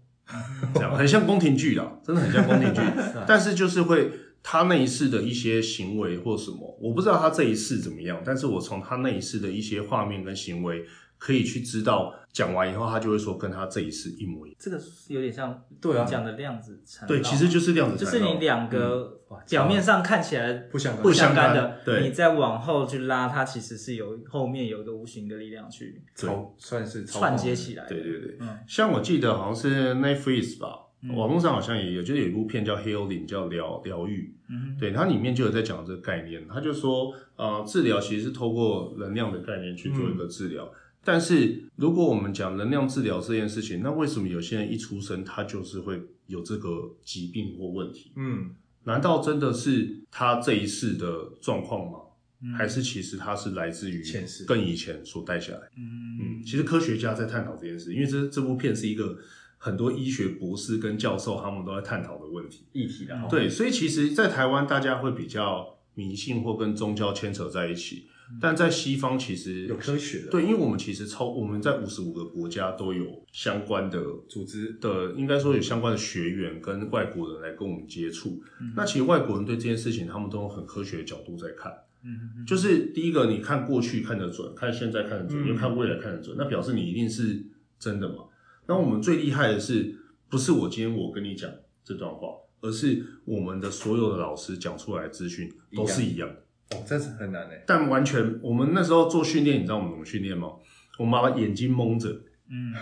S3: 这样很像宫廷剧啦，真的很像宫
S1: <laughs>
S3: 廷剧。
S1: 啊
S3: 但是就是会他那一世的一些行为或什么，我不知道他这一世怎么样，但是我从他那一世的一些画面跟行为，可以去知道，讲完以后他就会说跟他这一世一模一样。
S1: 这个有点像
S4: 对啊
S1: 你讲的量子缠绕
S3: 对，其实就是量子
S1: 就
S3: 缠
S1: 是
S3: 绕
S1: 你两
S3: 嗯
S1: 个
S4: 哇
S1: 表面上看起来
S4: 不相干
S1: 不相干
S3: 不相
S1: 的
S3: 干，对
S1: 你再往后去拉，它其实是有后面有一个无形的力量去
S3: 对
S4: 超算是超
S1: 串接起来的。
S3: 对对对，
S1: 嗯
S3: 像我记得好像是 Netflix 吧，网络上好像也有，就是有一部片叫《Healing》，叫疗疗愈。
S1: 嗯
S3: 对，它里面就有在讲这个概念，他就说，呃，治疗其实是透过能量的概念去做一
S4: 嗯
S3: 个治疗。但是如果我们讲能量治疗这件事情，那为什么有些人一出生他就是会有这个疾病或问题？
S4: 嗯，
S3: 难道真的是他这一世的状况吗？
S1: 嗯
S3: 还是其实它是来自于
S4: 前世
S3: 更以前所带下来？嗯，
S1: 嗯
S3: 其实科学家在探讨这件事，因为这这部片是一个很多医学博士跟教授他们都在探讨的问题。
S2: 议题
S4: 哦
S2: 啦，
S3: 嗯对，所以其实，在台湾大家会比较迷信或跟宗教牵扯在一起，但在西方其
S4: 嗯
S3: 实
S4: 有科学的
S3: 对，因为我们其实超我们在五十五个国家都有相关的
S4: 组织
S3: 的，应该说有相关的学员跟外国人来跟我们接触。
S1: 嗯
S4: 嗯
S3: 那其实外国人对这件事情，他们都用很科学的角度在看，
S1: 嗯
S3: 就是第一个，你看过去看得准，看现在看得准，
S4: 嗯
S3: 又看未来看得准，那表示你一定是真的嘛。那我们最厉害的是，不是我今天我跟你讲这段话，而是我们的所有的老师讲出来的资讯都是一样的，
S4: 哦，这是很难诶，
S3: 但完全我们那时候做训练，你知道我们怎么训练吗？我们把眼睛蒙着，
S1: 嗯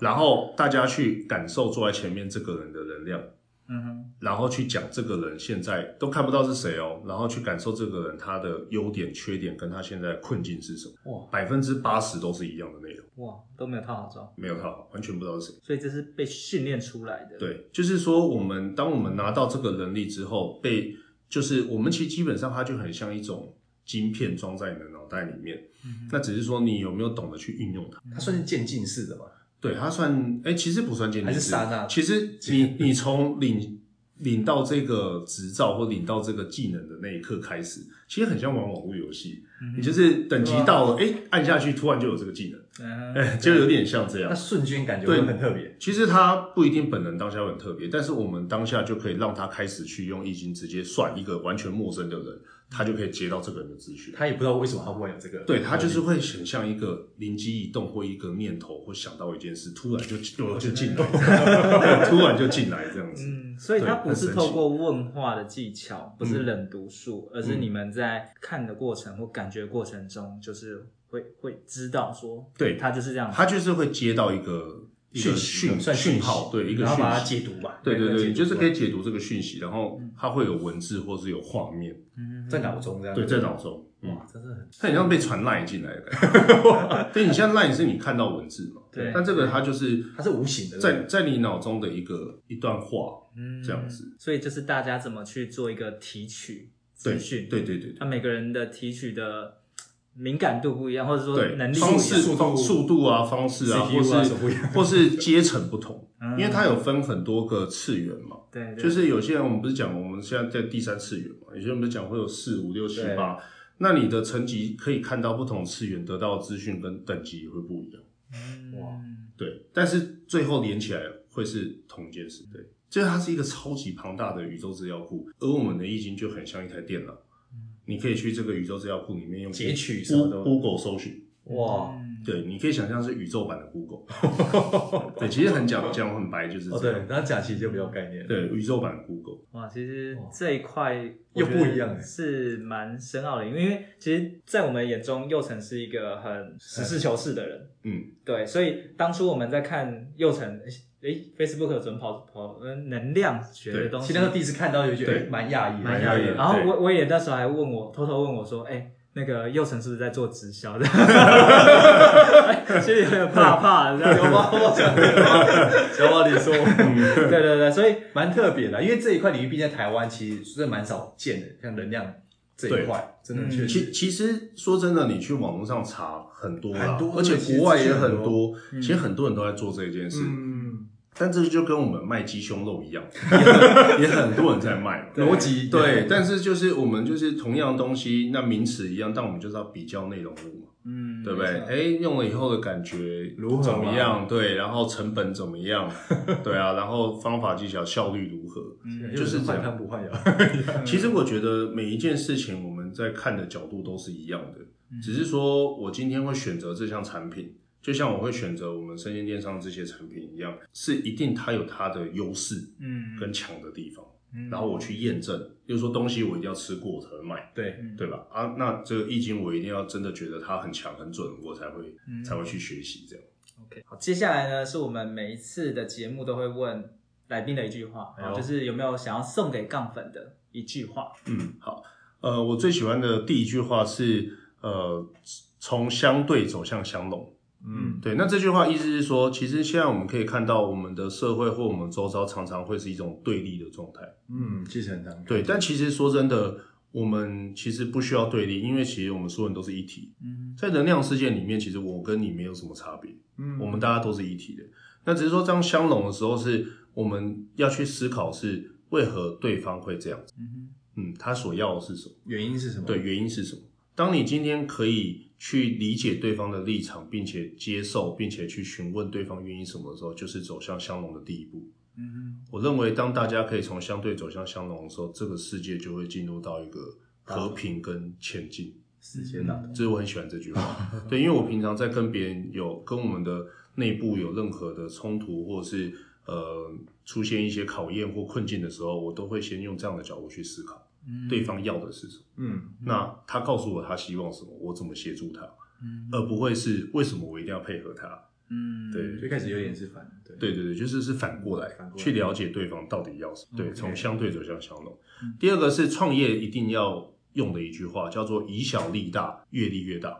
S3: 然后大家去感受坐在前面这个人的能量，
S1: 嗯哼
S3: 然后去讲这个人现在都看不到是谁哦，然后去感受这个人他的优点、缺点跟他现在的困境是什么。
S4: 哇，
S3: 百分之八十都是一样的内容，
S1: 哇都没有套好招，
S3: 没有他完全不知道是谁。
S1: 所以这是被训练出来的。，
S3: 对，就是说，我们当我们拿到这个能力之后，被就是我们其实基本上它就很像一种晶片装在你的脑袋里面，
S1: 嗯
S3: 那只是说你有没有懂得去运用它。
S4: 它算是渐进式的嘛？
S3: 对，它算哎、其实不算鉴定
S4: 还是
S3: 师
S4: 刹那
S3: 其实你你从领领到这个执照或领到这个技能的那一刻开始，其实很像玩网络游戏，
S4: 嗯
S3: 你就是等
S4: 啊
S3: 级到了，哎、按下去突然就有这个技能，
S1: 嗯
S3: 哎、 <laughs> 就有点像这样
S4: 那。瞬间感觉
S3: 对
S4: 会很特别，
S3: 其实他不一定本人当下会很特别，但是我们当下就可以让他开始去用易经直接算一个完全陌生的人，他就可以接到这个人的资讯。
S4: 他也不知道为什么他忽然有这个，
S3: 对他
S4: 嗯
S3: 就是会很像一个灵机一动或一个念头，或想到一件事，突然就
S4: 哦
S3: 就就进来，对 <laughs> 突然就进来这样子。
S1: 嗯，所以它不是透过问话的技巧，不
S3: 嗯
S1: 是冷读术，而是你们在看的过程或感觉过程中，就是会会知道说，
S3: 对
S1: 它就是这样子。
S3: 他就是会接到一个一个
S4: 讯息
S3: 讯
S4: 算讯息
S3: 讯号，对一个
S4: 然后
S3: 讯
S4: 把它
S3: 息。
S4: 解读吧，
S3: 对对对，
S4: 解
S3: 你
S4: 读嗯
S3: 就是
S4: 吧
S3: 可以解读这个讯息，然后它会有文字或是有画面，
S1: 嗯
S4: 在脑中这样，
S3: 对，在脑中，嗯，
S4: 哇，真的很
S3: 它很像被传赖进来的
S4: <laughs>
S3: 感觉。对，你像赖是你看到文字嘛，
S1: 对
S3: 但这个它就是
S4: 它是无形的
S3: 在在你脑中的一个一段话
S1: 嗯
S3: 这样子。
S1: 所以就是大家怎么去做一个提取
S3: 对
S1: 资讯，
S3: 对对对
S1: 那每个人的提取的敏感度不一样，或者说
S3: 对，
S1: 能力不一
S3: 方
S1: 样
S3: 式
S4: 速度
S3: 方速度啊，方式啊，或
S4: CPU 啊什么不一
S3: 是
S4: 样
S3: 或是阶层不同，
S1: 嗯
S3: 因为它有分很多个次元嘛。
S1: 对，对
S3: 就是有些人我们不是讲我们现在在第三次元嘛，有些人不是讲会有四五六七
S4: 对
S3: 八，那你的层级可以看到不同次元得到的资讯跟等级也会不一样。
S4: 哇
S1: 嗯
S3: 对，但是最后连起来会是同一件事。对，就是它是一个超级庞大的宇宙资料库，而我们的易经就很像一台电脑，
S1: 嗯
S3: 你可以去这个宇宙资料库里面用
S4: 截取什么
S3: Go-
S4: 都
S3: Google 搜寻。
S4: 哇，哦
S1: 嗯
S3: 对，你可以想象是宇宙版的 Google。对，其实很讲讲很白就是
S4: 哦
S3: 这
S4: 对
S3: 样，。
S4: 那假期就比较概念，，
S3: 对，宇宙版 Google。
S1: 哇，其实
S4: 哇
S1: 这一块
S4: 又不一样欸
S1: 是蛮深奥的，因为其实，在我们眼中，佑成是一个很实事求是的人，
S3: 嗯，
S1: 对，所以当初我们在看佑成，诶，Facebook 有准跑跑呃能量学的
S3: 对
S1: 东
S4: 其
S1: 西
S4: 实那，时候第一次看到就觉得
S3: 对
S4: 哎蛮讶异的，
S3: 蛮讶异的
S1: 然
S3: <laughs>
S1: 后
S3: 对
S1: 我我也那时候还问我，偷偷问我说，哎、那个佑成是不是在做直销的？
S3: <laughs>
S1: 哎其实有点怕怕的，这样
S4: 小
S1: 有
S3: <laughs>
S4: 宝，小宝， <laughs> 你说，
S1: 对对对，所以
S4: 蛮特别的，因为这一块领域毕竟在台湾其实真的蛮少见的，像能量这一块，真的
S1: 嗯
S4: 确实
S3: 其其实说真的，你去网络上查，很多啦，
S4: 很多
S3: 而且国外也很多，
S1: 嗯
S3: 其实很多人都在做这件事。
S2: 嗯，
S3: 但这就跟我们卖鸡胸肉一样，也很多人在卖嘛。
S2: 逻辑
S3: 对，但是就是我们就是同样东西，那名词一样，但我们就是要比较内容物嘛，
S1: <laughs> 嗯，
S3: 对不对？哎、用了以后的感觉
S2: 如何
S3: 怎么
S2: 嘛
S3: 样？对，然后成本怎么 <laughs> 样？对啊，然后方法技巧效率如何？
S1: 嗯
S3: 就是这
S4: 换
S3: 样
S4: 汤不换
S2: 啊
S4: 药。
S3: 其实我觉得每一件事情，我们在看的角度都是一样的，
S1: 嗯
S3: 只是说我今天会选择这项产品，就像我会选择我们生鲜电商这些产品一样，是一定它有它的优势
S1: 嗯，
S3: 跟强的地方，
S1: 嗯
S3: 然后我去验证，例如说东西我一定要吃过我才会卖，
S4: 对，
S1: 嗯
S3: 对吧？啊，那这个易经我一定要真的觉得它很强很准，我才会
S1: 嗯
S3: 才会去学习这样。
S1: OK，好，接下来呢是我们每一次的节目都会问来宾的一句话，
S3: 好
S1: 就是有没有想要送给杠粉的一句话。
S3: 嗯，好，呃，我最喜欢的第一句话是呃，从相对走向相融。
S1: 嗯
S3: 对，那这句话意思是说，其实现在我们可以看到，我们的社会或我们周遭常常会是一种对立的状态。
S2: 嗯，继承堂
S3: 对，但其实说真的，我们其实不需要对立，因为其实我们所有人都是一体。
S1: 嗯
S3: 在能量事件里面，其实我跟你没有什么差别，
S2: 嗯
S3: 我们大家都是一体的。那只是说，当相融的时候是，我们要去思考是为何对方会这样子，
S1: 嗯
S3: 嗯，他所要的是什么？
S2: 原因是什么？
S3: 对，，原因是什么？当你今天可以去理解对方的立场，并且接受，并且去询问对方原因什么的时候，就是走向相融的第一步。
S1: 嗯
S3: 我认为，当大家可以从相对走向相融的时候，这个世界就会进入到一个和平跟前进。
S2: 时间啊
S4: 嗯
S2: 呐，
S3: 这是我很喜欢这句话。对，因为我平常在跟别人有跟我们的内部有任何的冲突，或者是呃出现一些考验或困境的时候，我都会先用这样的角度去思考
S1: 嗯
S3: 对方要的是什么。
S2: 嗯，
S3: 那他告诉我他希望什么，我怎么协助他，
S1: 嗯
S3: 而不会是为什么我一定要配合他。
S1: 嗯
S3: 对
S2: 最开始有点是反，对，
S3: 对对对，就是是反过来
S2: 反过来
S3: 去了解对方到底要什么。对，
S1: OK
S3: 从相对走向相融
S1: 嗯。
S3: 第二个是创业一定要用的一句话，叫做以小利大，越利越大。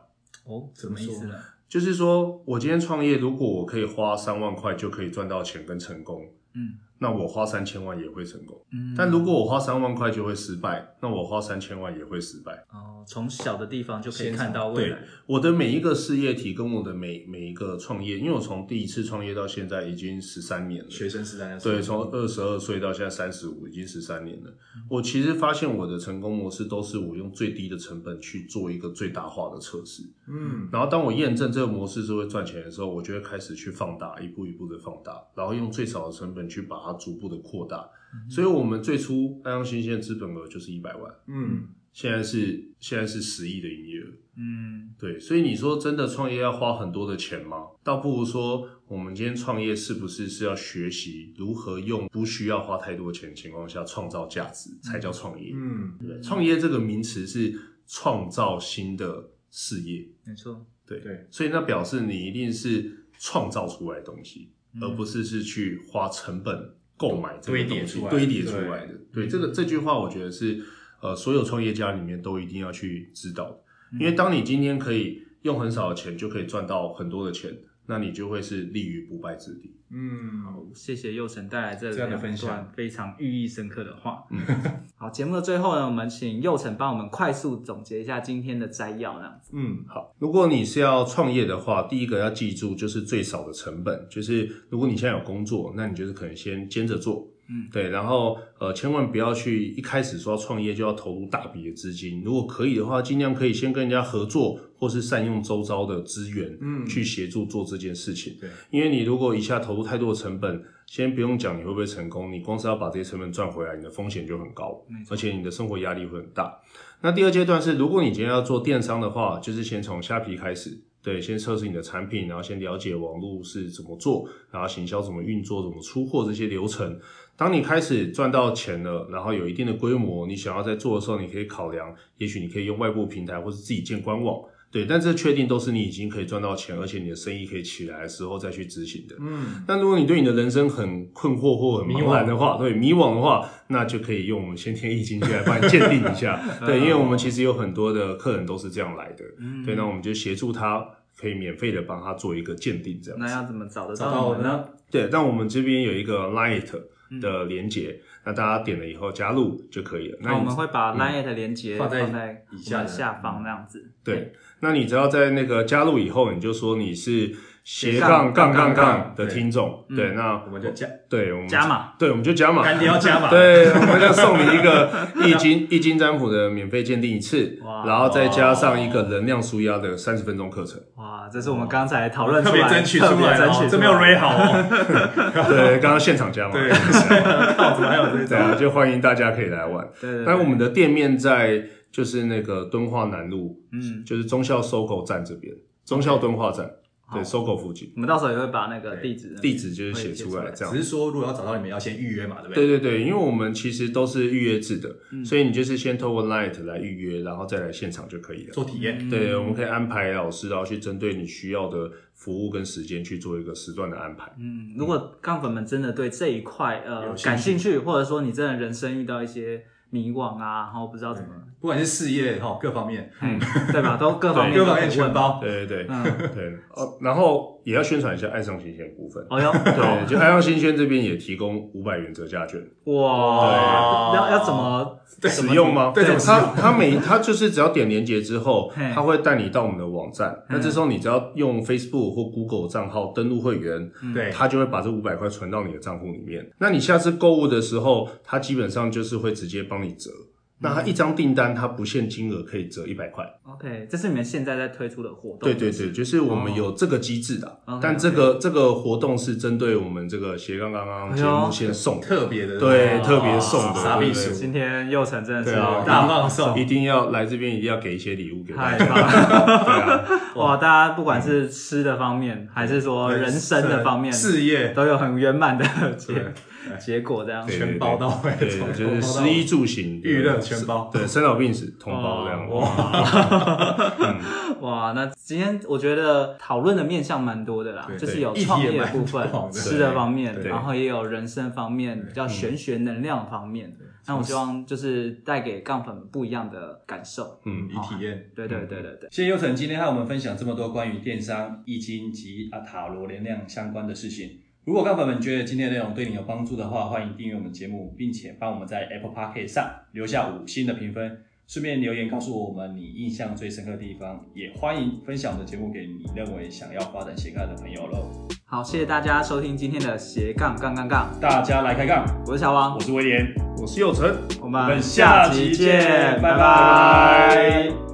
S1: 哦，什
S2: 怎么
S1: 么意
S2: 说
S1: 思呢？
S3: 就是说我今天创业，如果我可以花三万块就可以赚到钱跟成功，
S1: 嗯
S3: 那我花三千万也会成功。
S1: 嗯
S3: 但如果我花三万块就会失败，那我花三千万也会失败。
S1: 哦，从小的地方就可以
S2: 先
S1: 看到未来。
S3: 我的每一个事业体跟我的每每一个创业，因为我从第一次创业到现在已经十三年了，
S2: 学生时代那时候
S3: 对，从二十二岁到现在三十五，已经十三年了。我其实发现我的成功模式都是我用最低的成本去做一个最大化的测试，
S2: 嗯
S3: 然后当我验证这个模式是会赚钱的时候，我就会开始去放大，一步一步的放大，然后用最少的成本去把它逐步的扩大。所以我们最初安阳新鲜的资本额就是一百万，
S2: 嗯，
S3: 现在是现在是十亿的营业额。
S1: 嗯
S3: 对，所以你说真的创业要花很多的钱吗？倒不如说，我们今天创业是不是是要学习如何用不需要花太多钱的情况下创造价值，才叫创业？
S2: 嗯
S3: 对不对，创业这个名词是创造新的事业，
S1: 没错，
S3: 对
S2: 对，
S3: 所以那表示你一定是创造出来的东西，
S1: 嗯
S3: 而不是是去花成本购买这个
S2: 堆叠
S3: 东西
S2: 出来的嗯
S3: 堆叠出来的。对，这个这句话我觉得是呃所有创业家里面都一定要去知道的，
S1: 嗯
S3: 因为当你今天可以用很少的钱就可以赚到很多的钱，那你就会是立于不败之地。
S2: 嗯，
S1: 谢谢佑成带来这
S2: 这样的
S1: 两
S2: 分享
S1: 段非常寓意深刻的话。 <laughs> 好，节目的最后呢，我们请佑成帮我们快速总结一下今天的摘要，这样子。
S2: 嗯，
S3: 好，如果你是要创业的话，第一个要记住就是最少的成本，就是如果你现在有工作，那你就是可能先兼着做。
S1: 嗯
S3: 对，然后呃，千万不要去一开始说要创业就要投入大笔的资金，如果可以的话，尽量可以先跟人家合作，或是善用周遭的资源，
S2: 嗯
S3: 去协助做这件事情。
S2: 对，
S3: 因为你如果一下投入太多的成本，先不用讲你会不会成功，你光是要把这些成本赚回来，你的风险就很高
S1: 没，错
S3: 而且你的生活压力会很大。那第二阶段是，如果你今天要做电商的话，就是先从虾皮开始，对，先测试你的产品，然后先了解网络是怎么做，然后行销怎么运作、怎么出货这些流程。当你开始赚到钱了，然后有一定的规模，你想要在做的时候，你可以考量，也许你可以用外部平台或是自己建官网。对，但这确定都是你已经可以赚到钱，而且你的生意可以起来的时候再去执行的。
S2: 嗯
S3: 但如果你对你的人生很困惑或很迷惘的话，对迷惘的话，那就可以用我们先天易经去来帮你鉴定
S1: <laughs>
S3: 一下。对，因为我们其实有很多的客人都是这样来的，
S1: 嗯
S3: 对，那我们就协助他。可以免费的帮他做一个鉴定，这样
S1: 那
S3: 子。
S1: 要怎么找得
S4: 找到
S1: 我
S4: 我
S1: 们呢？
S4: 呢？
S3: 对，但我们这边有一个 Light，
S1: 嗯
S3: 的连接，那大家点了以后加入就可以了。那
S1: 那我
S3: 你
S1: 们会把 Line 的连接
S4: 放在
S1: 在
S4: 以
S1: 我
S4: 下
S1: 们
S4: 的
S1: 下方那样子。
S3: 对，那你只要在那个加入以后，你就说你是斜
S4: 斜杠
S3: 杠杠杠
S4: 杠
S3: 杠
S4: 杠
S3: 的
S4: 对
S3: 听众，
S1: 嗯
S3: 对，那
S4: 我们就加
S3: 对我们
S1: 加，码，
S3: 对，我们就加码，
S4: 干爹要加码，，
S3: 对，我们就送你一个易经易经占卜的免费鉴定一次
S1: 哇，
S3: 然后再加上一个能量舒压的三十分钟课程。
S1: 哇，这是我们刚才讨论
S4: 特
S1: 出
S4: 别
S1: 来，
S4: 争取出
S1: 特别
S4: 来了
S1: 争取出
S4: 哦，
S1: 来
S4: 这没有 re 好哦，
S3: 对，刚刚现场加码，
S4: 对，靠，怎么还有这
S3: <laughs> 对
S4: 种？
S3: 啊，就欢迎大家可以来玩。
S1: 对对对，
S3: 但我们的店面在就是那个敦化南路，
S1: 嗯，
S3: 就是忠孝搜狗站这边，忠孝敦化站，
S1: 好
S3: 对，
S1: 嗯
S3: 搜狗附近，
S1: 我们到时候也会把那个地址
S3: 地址就是写出来这样
S4: 只。是说如果要找到你们，要先预约嘛，对不
S3: 对
S4: 对？
S3: 对对，因为我们其实都是预约制的，所以你就是先透过 Light 来预约，然后再来现场就可以了。
S4: 做体验，
S3: 对，我们可以安排老师，然后去针对你需要的服务跟时间去做一个时段的安排。
S4: 哦
S1: 嗯，如果杠粉们真的对这一块呃
S4: 有兴趣
S1: 感兴趣，或者说你真的人生遇到一些迷惘啊，然后不知道怎么，
S4: 不管是事业哈各方面，
S1: 嗯，对吧？
S3: <laughs>
S1: 都各方面
S4: 各
S1: 都
S4: 方
S1: 可
S4: 面
S1: 以问
S4: 全。包，
S3: 对对对、
S1: 嗯，
S3: <laughs> 对，哦，然后也要宣传一下爱上新鲜的部分。
S1: 哦哟，
S3: 对，就爱上新鲜这边也提供五百元折价券，
S1: 哇，要要怎么
S3: 使用吗？
S4: 对怎么使用
S3: 他他每他就是只要点连接之后，
S1: 嘿
S3: 他会带你到我们的网站。那这时候你只要用 Facebook 或 Google 账号登录会员，
S4: 嗯对，
S3: 他就会把这五百块存到你的账户里面。那你下次购物的时候，他基本上就是会直接帮你折。那他一张订单，它不限金额，可以折一百块。
S4: 嗯
S1: ？OK，这是你们现在在推出的活动。
S3: 对对对，就是我们有这个机制的
S1: 哦，
S3: 但
S1: OK，OK
S3: 这个这个活动是针对我们这个斜杠刚刚节目先送的，
S4: 特别的
S3: 对，
S4: 哦
S3: 特别送的，
S4: 傻
S3: 对
S4: 逼
S3: 不对
S4: 鼠，
S1: 今天佑成真的是
S3: 对啊
S1: 大
S4: 大
S1: 放
S4: 放
S1: 送，
S4: 送
S3: 一，定要来这边，一定要给一些礼物给大
S1: 太
S3: 家。
S1: 棒了！
S3: 对啊，
S1: <laughs> 哇，大家不管是吃的方面，还是说人生的方面，
S4: 事业
S1: 都有很圆满的结
S4: 对
S1: 结果这样。
S3: 对
S4: 全包到位， <laughs>
S3: 对，
S4: 从
S3: 就
S4: 从包到
S3: 是食
S4: 尾
S3: 衣住行
S4: 娱乐全包
S3: 对，生老病死同包这样。
S1: <laughs> 哇，那今天我觉得讨论的面向蛮多的啦，
S4: 对
S1: 就是
S4: 对
S1: 有
S4: 议题
S1: 创业
S4: 也
S1: 的
S4: 蛮
S1: 部分
S4: 广、的
S1: 吃的方面，
S3: 对
S1: 然后也有人生方面，比较玄学能量方面。那我希望就是带给杠粉们不一样的感受。
S3: 嗯
S4: 以体验。
S1: 对对对对对，
S5: 谢谢优成今天和我们分享这么多关于电商、易经及啊塔罗能量相关的事情。如果杠粉们觉得今天的内容对你有帮助的话，欢迎订阅我们的节目，并且帮我们在 Apple p o c a s t 上留下五星的评分，顺便留言告诉我们你印象最深刻的地方，也欢迎分享我们的节目给你认为想要发展斜杠的朋友喽。
S1: 好，谢谢大家收听今天的斜杠杠杠杠，
S5: 大家来开杠，
S1: 我是小王
S5: 我，是威廉，
S3: 我是佑成。
S1: 我
S5: 我
S1: 们
S5: 们下
S1: 期
S5: 期见，
S1: 见，拜
S5: 拜拜